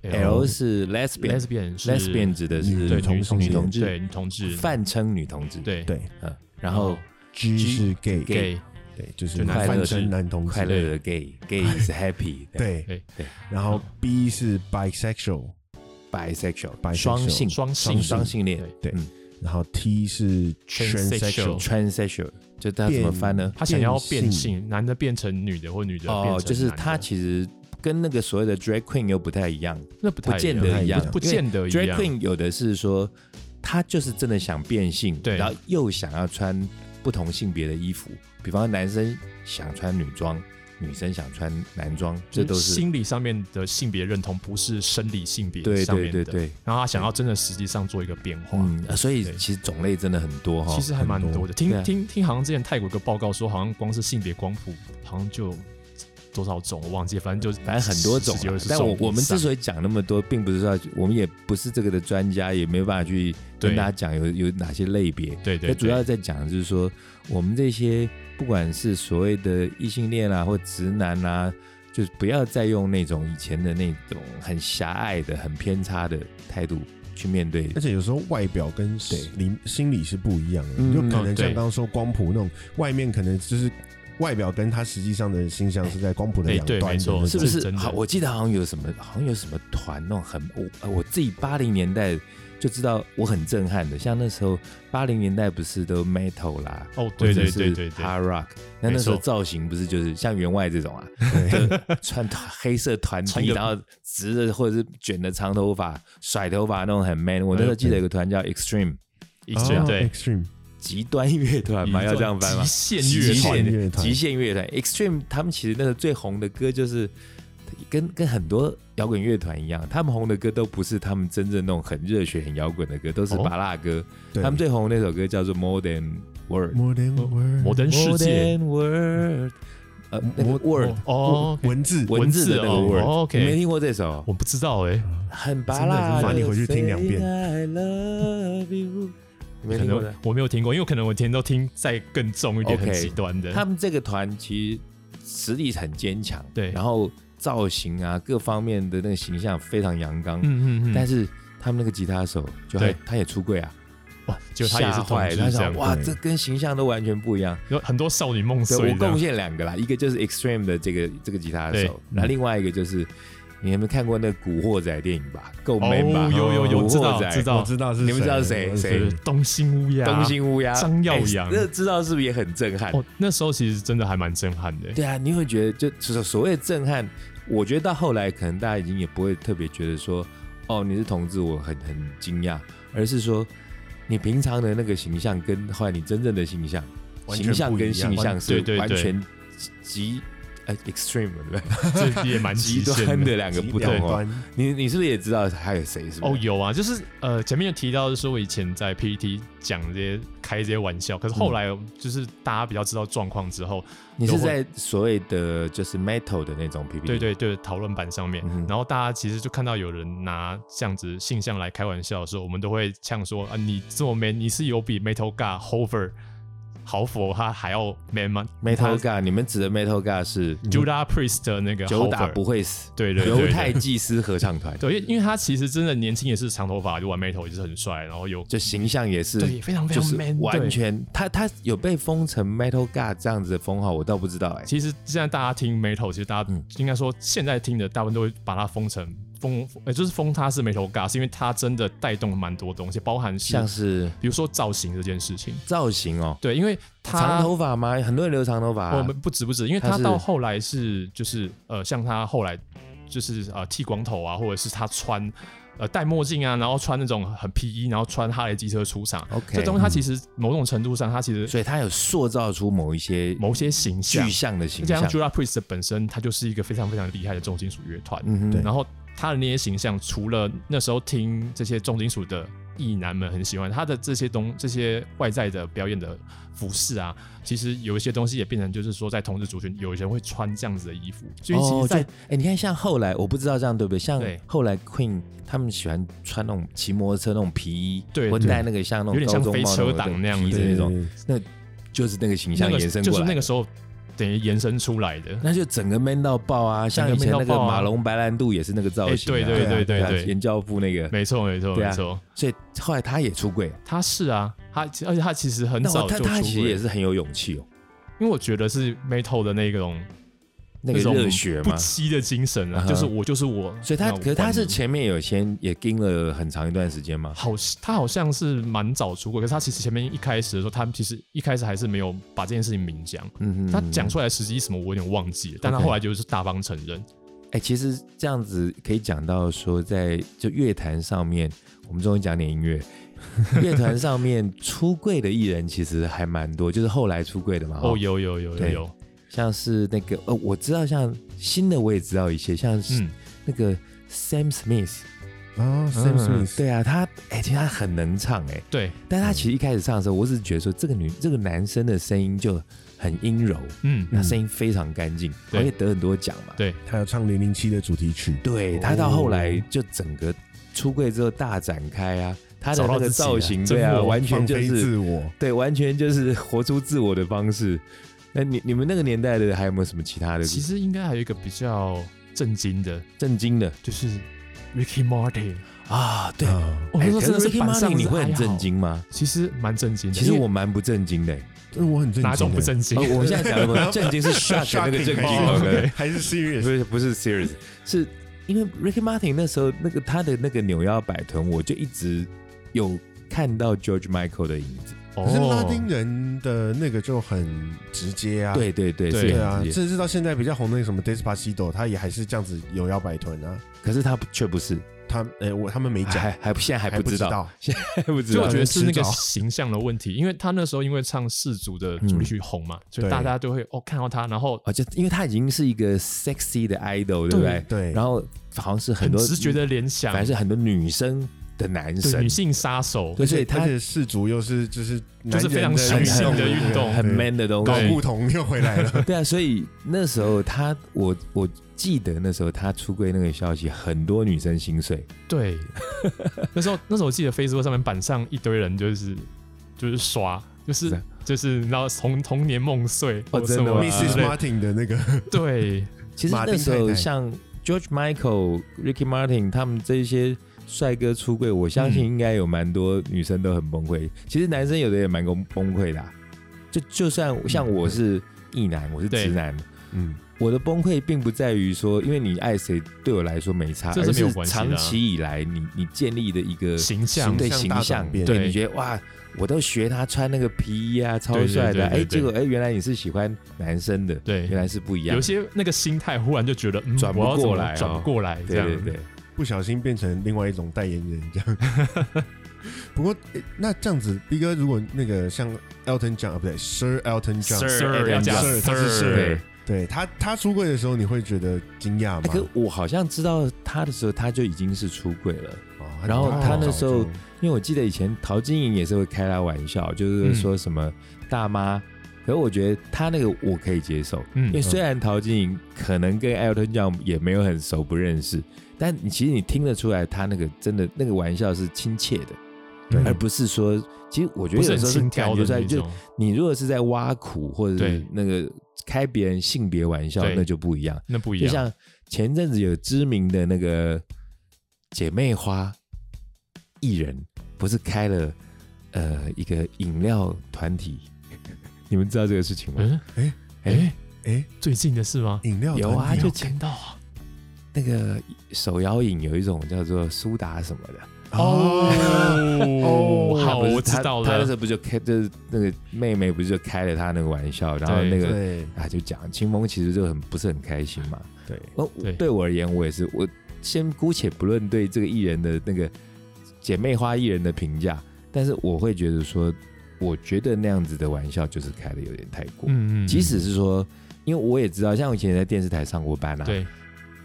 C: L
B: ？L 是 lesbian，
C: 哎 lesbian 是嗯
B: lesbian 指的
A: 女
B: 是
C: 对
A: 同
C: 女
A: 性
C: 女
A: 恋
C: 同
B: 志
C: 对女同志
B: 泛称女同志，，
C: 对
A: 对
B: 嗯，然后
A: G 是 gay，
C: gay
A: 对，就是
C: 就男
A: 泛
B: 快乐
A: 称
B: 是
A: 男同
B: 快
A: 志，
B: 乐的 gay，gay is happy，
A: 对嗯
C: 对
B: 对
A: 然后 B 是 bisexual，
B: ，bisexual，
A: bisexual，
B: 双性，
C: 双性
B: 双性恋，
A: 对
B: 嗯
A: 然后 T 是 transsexual，
C: Transsexual
B: ，transsexual，就他怎么翻呢？
C: 他想要
A: 变
C: 变
A: 性
C: 性，男的变成女的，或女的变成
B: 哦，就是
C: 男
B: 他
C: 的
B: 其实跟那个所谓的 drag queen 又不太一样
C: 那不太
B: 不见
A: 得一样
C: 不不见得一
B: ，drag
C: 样。
B: queen 有的是说他就是真的想变性，
C: 对
B: 然后又想要穿不同性别的衣服，比方说男生想穿女装，女生想穿男装，这
C: 就是
B: 都是
C: 心理上面的性别认同，不是生理性别
B: 对
C: 上面
B: 对
C: 的。
B: 对对。
C: 然后他想要真的实际上做一个变化，
B: 嗯，呃所以
C: 对
B: 其实种类真的很多哈。
C: 其实还蛮多的。
B: 对
C: 听
B: 啊
C: 听听，好像之前泰国有个报告说，好像光是性别光谱好像就多少种，我忘记，反正就
B: 反正很多种
C: 十几二
B: 啊，
C: 十
B: 但我
C: 种
B: 我们之
C: 以
B: 所以讲那么多，并不是说我们也不是这个的专家，也没有办法去跟
C: 对
B: 大家讲有有哪些类别。
C: 对
B: 那
C: 对
B: 主要在讲的就是说，我们这些不管是所谓的异性恋啦、或直男啦、就是不要再用那种以前的那种很狭隘的、很偏差的态度去面对
A: 而且有时候外表跟理心理是不一样的，
B: 嗯
A: 你就可能
C: 嗯
A: 像
C: 对
A: 刚刚说光谱那种，外面可能就是外表跟他实际上的形象是在光谱的
C: 哎
A: 两
C: 对
A: 端的
C: 没
A: 那
C: 错
A: 种，
B: 是不
C: 是
B: 是？
C: 真的
B: 好，我记得好像有什么，好像有什么团那种很我呃我自己八零年代就知道我很震撼的，像那时候八零年代不是都 metal 啦。
C: 哦，对
B: 或
C: 对对
B: 者
C: 对
B: 是
C: 对，
B: ，hard rock。那那
C: 没
B: 时
C: 错
B: 候造型不是就是像员外这种啊，
A: 对
B: 穿团黑色团
C: 穿
B: 体，
C: 个
B: 然后直的或者是卷的长头发、甩头发那种很 man。我那时候
C: 哎
B: 记得有个团叫 Extreme
C: 一直
A: 哦
C: 对，
A: extreme
B: 极端乐团嘛，要哎这样翻吗？
C: 极限
B: 极
C: 乐团
B: 限
A: 乐团
B: 极限乐团 Extreme，他们其实那个最红的歌就是跟跟很多摇滚乐团一样，他们红的歌都不是他们真正那种很热血、很摇滚的歌，都是
C: 哦
B: 巴拉歌。
A: 对
B: 他们哦最红的那首歌叫做《More Than Word》
A: more than word
C: 摩登世
B: ，More
C: 界
B: Than Word，呃，那个 Word
C: 哦，
A: 文字
B: 文字的那个
C: 哦
B: Word，
C: 哦，OK
B: 你没听过这首？
C: 我不知道哎，
B: 很巴拉
A: 真的
B: 的，
A: 是把你回去听两遍
B: Say I love you，你没
C: 可
B: 听过的
C: 能。我没有听过，因为可能我天天都听再更重一点、
B: OK
C: 很极端的。
B: 他们这个团其实实力很坚强，
C: 对
B: 然后造型啊各方面的那个形象非常阳刚，
C: 嗯嗯嗯，
B: 但
C: 是
B: 是他们那个吉他手就还
C: 对
B: 他也出柜啊，
C: 哇，就他也是
B: 吓
C: 同
B: 坏
C: 志
B: 了，他
C: 这
B: 想
C: 样，
B: 哇，
A: 对
B: 这跟形象都完全不一样。
C: 有很多少女梦
B: 对
C: 碎
B: 我
C: 这样
B: 贡献两个啦，一个就是 Extreme 的这个这个吉他
C: 对
B: 手，那另外一个就是。你有没有看过那个《古惑仔》电影吧？够
C: 哦
B: man 吧？
C: 有有有
B: 古
C: 知道
B: 惑仔
C: 知道
A: 我知道是
B: 哦你们知道是谁
A: 我知道
B: 谁
C: 对东兴乌鸦、
B: 东兴乌鸦、
C: 张耀
B: 哎
C: 扬
B: 那知道是不是也很震撼？
C: 哦，那时候其实真的还蛮震
B: [laughs]
C: 撼的。
B: 对啊，你会觉得就所所谓的震撼，我觉得到后来可能大家已经也不会特别觉得说，哦，你是同志，我很很惊讶，而是说你平常的那个形象跟后来你真正的形象，
A: 完全
B: 形
A: 不
B: 象跟形象
C: 一
B: 是
C: 样对对对
B: 完全极呃 extreme 的 [laughs] 对不对？
C: 这也蛮
B: 极
C: 限
B: 端的。两个不同
A: 极
B: 哦。
A: 端
B: 你你是不是也知道还有谁？是不
C: 哦，
B: 是？
C: 有啊，就是呃，前面有提到，就是我以前在 PPT 讲这些开这些玩笑，可是后来就是大家比较知道状况之后，
B: 你是在所谓的就是 metal 的那种 PPT，
C: 对对对，讨论板上面，
B: 嗯哼
C: 然后大家其实就看到有人拿这样子性向来开玩笑的时候，我们都会呛说啊，你这么 man，你是有比 Metal God Hover 豪佛他还要 man 吗
B: metal g a 你们指的 metal g a 是
C: Judah Priest 的那个
B: 久打
C: Hofer
B: 不会死，
C: 对对对
B: 犹
C: 对
B: 太祭司合唱团。
C: 对，因为因为他其实真的年轻也是长头发，就玩 Metal 也是很帅，然后有
B: 就形象也是，
C: 对非常非
B: 就
C: 常
B: 是
C: man，
B: 完
C: 对
B: 全他他有被封成 Metal God 这样子的封号，我倒不知道哎、
C: 其实现在大家听 metal，其实大家
B: 嗯
C: 应该说现在听的大部分都会把它封成封，呃，就是封他是没头尬，是因为他真的带动了蛮多东西，包含是
B: 像是
C: 比如说造型这件事情。
B: 造型哦，
C: 对，因为
B: 长
C: 他
B: 头发吗？很多人留长头发啊、
C: 我们不止不止，因为
B: 他
C: 他
B: 是
C: 到后来是就是呃，像他后来就是呃剃光头啊，或者是他穿呃戴墨镜啊，然后穿那种很皮衣，然后穿哈雷机车出场
B: OK，嗯
C: 这东西它其实某种程度上，它其实
B: 所以他有塑造出某一些
C: 某些形象
B: 具，象的形
C: 加
B: 象
C: 上，Judas Priest 本身，它就是一个非常非常厉害的重金属乐团。
B: 嗯哼，
A: 对
C: 然后他的那些形象，除了那时候听这些重金属的艺男们很喜欢他的这些东这些外在的表演的服饰啊，其实有一些东西也变成就是说，在同志族群有人会穿这样子的衣服，所以其
B: 哦，就
C: 实在、
B: 哎、你看，像后来我不知道这样对不对？像
C: 对
B: 后来 Queen 他们喜欢穿那种骑摩托车那种皮衣，
C: 对
B: 或
C: 对
B: 戴那个像那种
C: 有点
B: 高
C: 像
B: 中
C: 飞
B: 帽
C: 车党那样
B: 皮
C: 子
B: 的
A: 对
B: 那
A: 那
B: 种，
A: 种
B: 就是那个形
C: 那
B: 象
C: 个
B: 延伸
C: 就
B: 过
C: 是
B: 来。啊
C: 那个时候等于延伸
B: [laughs]
C: 出来的。
B: 那就整个 man 到爆啊！像以前那
C: 整个 man 到
B: 个
C: 爆啊
B: 马龙白兰度也是那个造型啊、
C: 哎对对
A: 对
C: 对
B: 啊
C: 对
B: 严教父那个，
C: 没错，没错，
B: 对啊
C: 没错，
B: 所以后来他也出柜，
C: 他是啊，他而且他其实很
B: 那
C: 早
B: 我他
C: 就
B: 他
C: 出
B: 其实
C: 轨
B: 也，是很有勇气哦，
C: 因为我觉得是 metal 的那种
B: 那个
C: 种
B: 热血
C: 不
B: 嘛。
C: 羁的精神
B: 嗯 [laughs]
C: 啊，
B: 哼
C: 就是我就是我。
B: 所以他
C: 那我
B: 可是他
C: 管
B: 是
C: 你
B: 前面有先也盯了很长一段时间嘛，
C: 好，他好像是蛮早出过，可是他其实前面一开始的时候，他们其实一开始还是没有把这件事情明讲。
B: 嗯哼，
C: 他讲出来的时机什么，我有点忘记了，但他
B: OK
C: 后来就是大方承认。
B: 哎、其实这样子可以讲到说，在就乐坛上面，我们终于讲点音乐。 [laughs] 乐团上面出柜的艺人其实还蛮多，就是后来出柜的嘛。
C: 哦，，有有有有
B: 对
C: 有，
B: 像是那个呃，我知道像新的我也知道一些，像是
C: 嗯，
B: 那个 Sam Smith，、
A: 啊，Sam
C: 嗯
A: Smith，
B: 对啊，他哎、其实他很能唱哎、
C: 对，
B: 但他其实一开始唱的时候，我只是觉得说这个女这个男生的声音就很阴柔，
C: 嗯，
B: 他声音非常干净，
C: 对
B: 而且得很多奖嘛。
C: 对，
A: 他有唱《零零七》的主题曲，
B: 对他到后来就整个出柜之后大展开啊，他的那个造型，
C: 找
B: 对
C: 到自己了
B: 啊，
C: 真我
B: 完全
A: 放
B: 就
A: 飞
B: 是
A: 自我。
B: 对，完全就是活出自我的方式。那你你们那个年代的还有没有什么其他的
C: 其实应该还有一个比较震惊的，
B: 震惊的
C: 就是 Ricky Martin。
B: 啊？对，
A: 啊，
C: 我
B: 哎
C: 那时候
B: 可
C: 真的
B: 是
C: 是
B: Ricky
C: 板上
B: Martin 你
C: 子
B: 会很
C: 还好
B: 震，惊吗？
C: 其实蛮震惊的。
B: 其实
C: 因为
B: 我蛮不震惊的、欸
A: 但我很震惊欸。
C: 哪种不震
B: [laughs]
C: 惊
B: 哦？我们现在 [laughs] 讲的震惊是 shock 的那个震惊
C: 哦
B: ，OK，
C: ，OK
A: 还是
B: [laughs] 不
A: serious？
B: 是不是 serious，是因为 Ricky Martin 那时候那个他的那个扭腰摆臀，我就一直有看到 George Michael 的影子。
A: 可是拉
C: 哦，
A: 丁人的那个就很直接啊。
B: 对对对，
C: 对
B: 是
A: 对
B: 很
A: 啊，
B: 直接
A: 甚至到现在比较红的那个什么 Despacito，他也还是这样子有腰摆臀啊。
B: 可是他不却不是，
A: 他哎、我他们没讲，
B: 还还不现在还
A: 还
B: 不知道，
A: 道。
B: [laughs] 还不知
C: 所
B: 道
C: 以我觉得是那
A: 迟
C: 个
A: 早
C: 形象的问题，因为他那时候因为唱氏族的主题曲红
B: 嗯
C: 嘛，所以
A: 对
C: 大家都会哦看到他，然后
B: 啊，就因为他已经是一个 sexy 的 idol，对不对？
A: 对，
B: 哎然
A: 后
B: 后好像是
C: 很
B: 多
C: 直觉，的联想，
B: 反正是很多女生的男
C: 对
B: 神
C: 女，性杀手，
B: 对所以他
A: 而且氏族又是就是
C: 就是非常
A: 男人的
B: 女性的
C: 运动
B: 很 man 的东
A: 搞
B: 西。
A: 不同又回来了。
B: 对啊，所以那时候他，我我记得那时候他出柜那个消息，很多女生心碎。
C: 对， [laughs] 那时候那时候我记得 Facebook 上面板上一堆人就是就是刷，就是
B: 是啊
C: 就是然后童童年梦碎
B: 哦
C: 或
B: 真
C: 什
B: 的
C: 么
B: 吗
C: 之
A: Mrs.
C: 类
A: Martin 的
B: [laughs]
A: 那个，
C: 对
B: 其实
A: 马
B: 那
A: 丁
B: 时
A: 太
B: 候
A: 太
B: 像 George Michael、Ricky Martin 他们这些帅哥出柜，我相信
C: 嗯
B: 应该有蛮多女生都很崩溃。其实男生有的也蛮崩崩溃的啊、就就算像我是异男，我是
C: 对
B: 直男，
A: 嗯，
B: 我的崩溃并不在于说，因为你爱谁对我来说没差，
C: 这是
B: 而
C: 没有
B: 是
C: 关系的啊
B: 长期以来你你建立的一个
C: 形象
A: 形
B: 对
A: 象
B: 形
A: 大
B: 象
A: 转，变
B: 对
C: 对
B: 你觉得哇，我都学他穿那个皮衣啊，超
C: 对对
B: 帅的啊，
C: 对对
B: 哎，结
C: 对
B: 果哎，原来你是喜欢男生的，
C: 对
B: 原来是不一样
C: 有一。些那个心态忽然就觉得嗯
B: 转不
C: 我要怎
B: 过
C: 么
B: 来哦
C: 转不过来这
B: 对
C: 样
B: 对对，
A: 不小心变成另外一种代言人这样。 [laughs] 不过、诶那这样子，B 哥如果那个像 Elton John 啊，不对，Sir Elton John，
C: Sir 哎要加
A: Sir，他是 Sir
B: 对
C: Sir，
A: 对他他出柜的时候，你会觉得惊讶
B: 哎可
A: 吗？
B: 我好像知道他的时候，他就已经是出柜了，
A: 哦
B: 然后他那
A: 早
B: 时候
A: 就
B: 因为我记得以前陶晶莹也是会开他玩笑，
C: 嗯
B: 就是说什么大妈。可是我觉得他那个我可以接受，因为
C: 嗯，
B: 虽然陶晶莹可能跟 Elton John 也没有很熟不认识，但你其实你听得出来，他那个真的那个玩笑是亲切的，
A: 对
B: 而不是说，其实我觉得
C: 不是
B: 有
C: 很
B: 时候是
C: 轻
B: 感
C: 佻
B: 觉出
C: 的
B: 来，
C: 那
B: 就
C: 种，
B: 你如果是在挖苦或者是
C: 对
B: 那个开别人性别玩笑，
C: 对
B: 那就不一样。
C: 那不一
B: 就
C: 样。
B: 像前阵子有知名的那个姐妹花艺人，不是开了呃一个饮料团体， [laughs] 你们知道这个事情吗？
C: 嗯，
A: 哎
C: 哎
B: 哎
C: 哎，
A: 哎，
C: 最近的事吗？
A: 饮料
B: 有啊
A: 团体
B: 就
C: 有看到啊，
B: 那个手摇饮有一种叫做苏打什么的，
C: 哦
A: 哦
C: 好，
B: 不是
C: 我知
B: 他
C: 道
B: 他那时
C: 了。
B: 候不就开，就是那个妹妹不是就开了他那个玩笑，然后
C: 对
B: 那个
A: 对
B: 啊就讲清风其实就很不是很开心嘛。
A: 对，
B: 我
C: 对
B: 对我而言，我也是，我先姑且不论对这个艺人的那个姐妹花艺人的评价，但是我会觉得说，我觉得那样子的玩笑就是开的有点太过。
C: 嗯嗯，
B: 即使是说，因为我也知道，像我以前也在电视台上过班啊，
C: 对，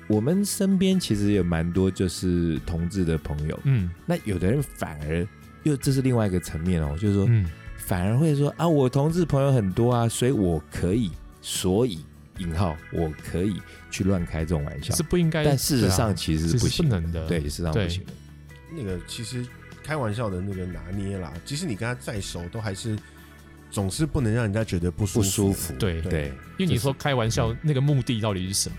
B: 我们身边其实有蛮多就是同志的朋友，
C: 嗯
B: 那有的人反而又这是另外一个层面哦，就是说
C: 嗯，
B: 反而会说啊，我同志朋友很多啊，所以我可以，所以引号我可以去乱开这种玩笑
C: 是，不应该。
B: 但事实
C: 对啊
B: 上其实是
C: 其实
B: 不
C: 是不
B: 行的，
C: 能的。
B: 对，事实上
C: 对
B: 不行的，
A: 那个其实开玩笑的那个拿捏啦，即使你跟他再熟，都还是总是不能让人家觉得不舒
B: 不舒服，
C: 对
A: 对
B: 对，
C: 因为你说开玩笑，那个目的到底是什么？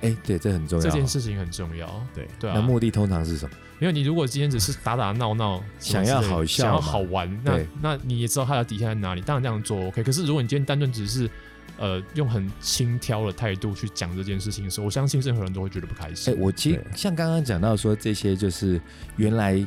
B: 哎，对，这很重要。
C: 这件事情很重要。
A: 对
C: 对
B: 那
C: 啊，
B: 目的通常是什么？
C: 因为你如果今天只是打打闹闹，什
B: 想
C: 么之类的
B: 要好笑
C: 想
B: 嘛
C: 要好玩，那
B: 对
C: 那你也知道他的底线在哪里。当然这样做 OK，可是如果你今天单纯只是呃用很轻佻的态度去讲这件事情的时候，我相信任何人都会觉得不开
B: 哎
C: 心。，
B: 我其实
A: 对
B: 像刚刚讲到说这些，就是原来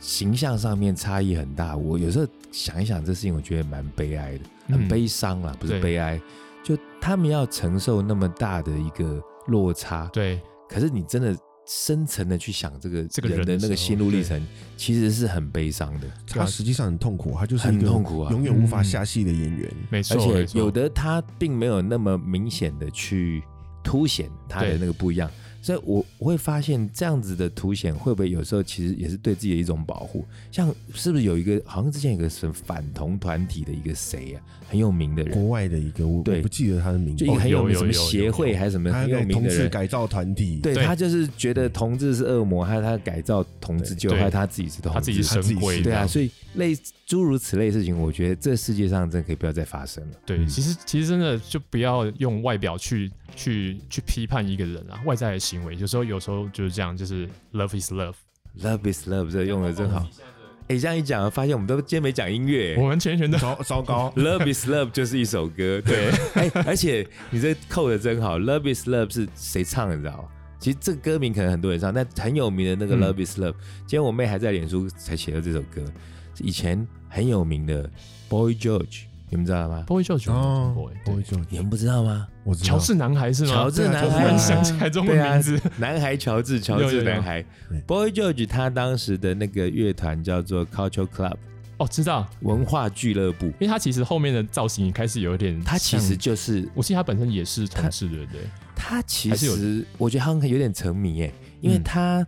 B: 形象上面差异很大。我有时候想一想这事情，我觉得蛮悲哀的。很
C: 嗯
B: 悲伤啦，不是
C: 对
B: 悲哀，就他们要承受那么大的一个落差。
C: 对，
B: 可是你真的深层的去想这个
C: 这个
B: 人
C: 人
B: 的
C: 的
B: 那个
C: 时候
B: 心路历
C: 对
B: 程，其实是很悲伤的。
C: 对
A: 他
C: 啊
A: 实际上很痛苦，他就是
B: 很
A: 一个
B: 痛苦啊
A: 永远无法
C: 嗯
A: 下戏的演员。
C: 没
B: 而
C: 错，
B: 且
C: 没错
B: 有的他并没有那么明显的去凸显他的
C: 对
B: 那个不一样，所以我我会发现这样子的凸显会不会有时候其实也是对自己的一种保护？像是不是有一个好像之前有个什么反同团体的一个谁啊，很有名的人，
A: 国外的一个，我我
B: 对
A: 不记得他的名字哦
B: 就一，个
C: 哦
B: 很有
C: 有
B: 名的
C: 有
B: 什么
C: 有有
B: 协会
C: 有
B: 还是什么
A: 他
B: 很有
A: 那个
B: 名
A: 同
B: 的
A: 志
B: 人，
A: 改造团体，
B: 对
C: 对
B: 他就是觉得同志是恶魔，他他改造同志就
C: 对
B: 害他自己是同志，
C: 他自己
A: 是
C: 神
A: 自己
C: 鬼
A: 是
B: 对啊，
C: 的，
B: 所以类诸如此类的事情，我觉得这世界上真的可以不要再发生了。
C: 对，
B: 嗯
C: 其实其实真的就不要用外表去去去批判一个人啊，外在的行为，有时候有时候就是这样，就是 love is love。
B: Love is love，这用的真好。哎，这样一讲，发现我们都今天没讲音乐，
C: 我。们
A: [laughs]
C: 全全的
A: 糟糟糕
B: Love [laughs] is love 就是一首歌，对。 [laughs] 哎，而且你这扣的真好。Love is love 是谁唱的？你知道吗？其实这个歌名可能很多人唱，但很有名的那个
C: 嗯
B: Love is love，、今天我妹还在脸书才写了这首歌，是以前很有名的 Boy George，你们知道吗？
C: 不会就觉得
A: 哦，
C: 对
A: 我就
B: 你们不知道吗？
A: 我知道
C: 乔，治男孩是吗？
B: 乔治男孩
C: 我忽然想起来中文
B: 对啊
C: 名字，
B: 男孩乔治，乔
C: 有有
B: 治
C: 有
B: 男孩
A: 对
B: Boy George，他当时的那个乐团叫做 Culture Club
C: 哦，知道，
B: 文化俱乐部，
C: 因为他其实后面的造型也开始有一点像，
B: 他其实就是
C: 我记得他本身也是同志，对不对？
B: 他其
C: 还是嗯
B: 实我觉得他可能有点沉迷耶，因为他、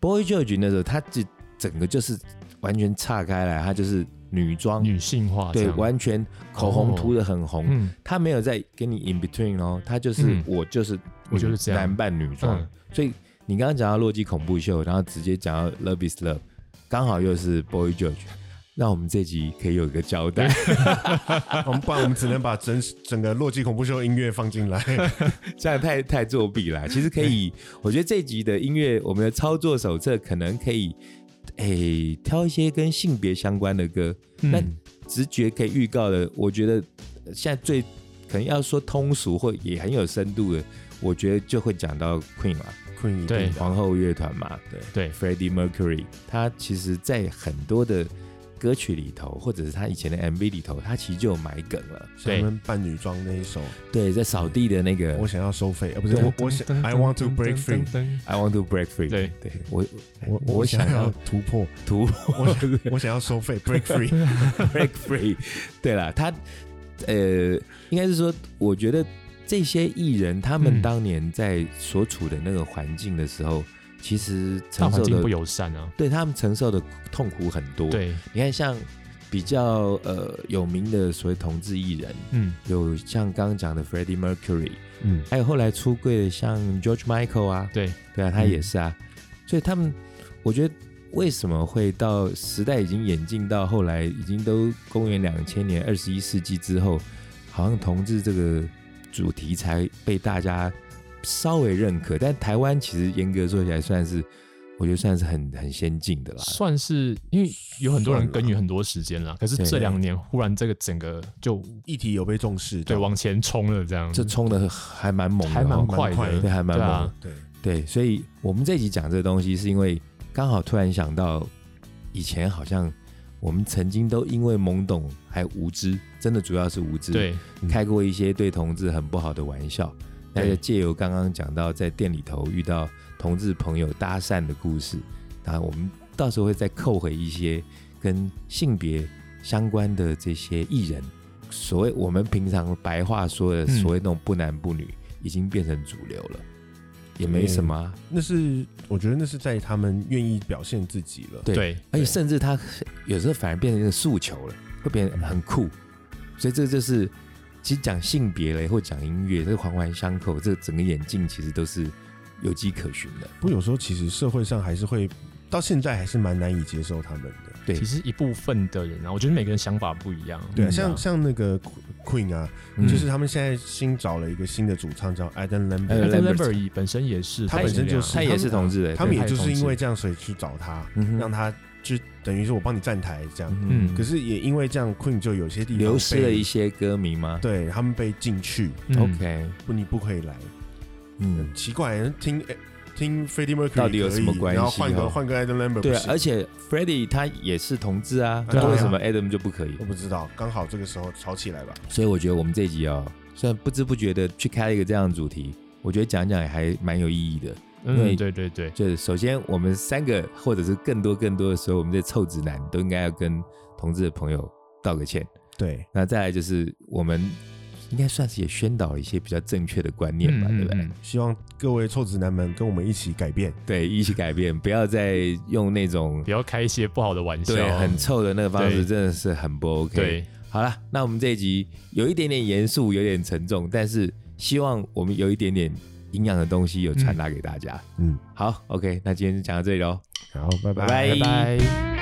B: Boy George 那时候他这整个就是完全岔开来，他就是女装，
C: 女性化
B: 嗯
C: 这
B: 对，
C: 样，
B: 完全口红涂的很红，
C: 嗯，
B: 他没有在跟你 in between 哦，他就是、
C: 嗯
B: 我就是
C: 我就是这样
B: 男扮女装，
C: 嗯
B: 所以你刚刚讲到《洛基恐怖秀》，然后直接讲到《Love Is Love》，刚好又是 Boy George，那我们这集可以有一个交代。
A: [laughs] 我们不然我们只能把整整个《洛基恐怖秀》音乐放进来。
B: 这样太太作弊啦。其实可以，我觉得这集的音乐，我们的操作手册可能可以，诶、挑一些跟性别相关的歌。那
C: 嗯，
B: 直觉可以预告的，我觉得呃现在最可能要说通俗或也很有深度的，我觉得就会讲到 Queen 嘛，
A: Queen 一定
C: 对
A: 的
B: 皇后乐团嘛，
C: 对，
B: Freddie Mercury，他其实在很多的歌曲里头，或者是他以前的 MV 里头，他其实就有埋梗了。
A: 像他们扮女装那一首，
B: 对，在扫地的那个
A: 我想要收费，呃，不是我，我想 I want to break free，
B: I want to break free，
C: [laughs] 对
B: 对我
A: 我
B: 我
A: 我想
B: 想
A: 要
B: 要
A: 突破，
B: 突
A: 我我想要收费 break free，
B: break free。对 [laughs] 了，他呃，应该是说，我觉得这些艺人他们
C: 嗯
B: 当年在所处的那个环境的时候，其实
C: 大
B: 承
C: 环
B: 受
C: 境不
B: 的
C: 友善啊，
B: 对他们承受的痛苦很多。，
C: 对，
B: 你看像比较呃有名的所谓同志艺人，
C: 嗯
B: 有像刚刚讲的 Freddie Mercury，
A: 嗯，
B: 还有后来出柜的像 George Michael 啊，
C: 对，
B: 对啊，他
C: 嗯
B: 也是啊，所以他们，我觉得为什么会到时代已经演进到后来，已经都公元两千年、二十一世纪之后，好像同志这个主题才被大家稍微认可，但台湾其实严格说起来算是，我觉得算是很很先进的啦。
C: 算是因为有很多人耕耘很多时间了，可是
B: 对
C: 这两年忽然这个整个就
A: 议题有被重视到，
C: 对往前冲了，这样
B: 这冲的还蛮猛的哦，
C: 还蛮
A: 快
C: 快
A: 的
C: 的，
B: 对，还蛮
C: 对
B: 猛的。
C: 啊，
A: 对，
B: 对，所以我们这一集讲这个东西，是因为刚好突然想到，以前好像我们曾经都因为懵懂还无知，真的主要是无知，，
C: 对
A: 嗯
B: 开过一些对同志很不好的玩笑。那
C: 对
B: 就借由刚刚讲到在店里头遇到同志朋友搭讪的故事，那我们到时候会再扣回一些跟性别相关的这些艺人，所谓我们平常白话说的
C: 嗯
B: 所谓那种不男不女，已经变成主流了，也没什么啊、
A: 那是我觉得那是在他们愿意表现自己了。
B: 对
C: 对
B: 而且甚至他有时候反而变成一个诉求了，会变得很酷。所以这就是，其实讲性别嘞，或讲音乐，这个环环相扣，这整个演进其实都是有迹可循的。
A: 不过有时候其实社会上还是会到现在还是蛮难以接受他们的。
B: 对
C: 其实一部分的人啊，我觉得每个人想法不一样。
A: 对啊，
B: 嗯
A: 像像那个 Queen 啊，
B: 嗯
A: 就是他们现在新找了一个新的主唱叫 Adam
B: Adam
A: Lambert，
C: Adam
B: Lambert
C: Lambert 本身也是，
A: 他本身就是
B: 他也是同志的，
A: 他们也
C: 对
A: 就是因为这样，所以去找他，
B: 嗯
A: 让
B: 哼
A: 他就等于是我帮你站台这样。
B: 嗯
A: 可是也因为这样，Queen 就有些地方
B: 流失了
A: 被
B: 一些歌迷吗
A: 对他们被禁去，
C: 嗯
B: ？OK，
A: 不你不可以来。
B: 嗯
A: 很，奇怪，听听 Freddie Mercury
B: 到底有什么
A: 可以
B: 关系
A: 然后换
B: 哦
A: 个换个 Adam Lambert
B: 对啊
A: 不，行
B: 而且 f r e d d y 他也是同志啊，
A: 对
B: 那
A: 啊
B: 为什么 Adam 就不可以
A: 我？不知道，刚好这个时候吵起来吧。
B: 所以我觉得我们这一集哦，虽然不知不觉的去开了一个这样的主题，我觉得讲一讲也还蛮有意义的。因为
C: 嗯，对对对，
B: 就是首先我们三个或者是更多更多的时候，我们这臭直男都应该要跟同志的朋友道个歉。
A: 对，
B: 那再来就是我们应该算是也宣导了一些比较正确的观念吧，
C: 嗯
B: 对不？对？
C: 嗯
A: 希望各位臭直男们跟我们一起改变。
B: 对，一起改变，不要再用那种
C: 不要开一些不好的玩笑，
B: 对很臭的那个方式，
C: 对
B: 真的是很不 OK。
C: 对，
B: 好了，那我们这一集有一点点严肃，有点沉重，但是希望我们有一点点营养的东西有传达给大家。
A: 嗯，
B: 好，OK，那今天就讲到这里喽，
A: 好，拜
B: 拜
C: 拜拜。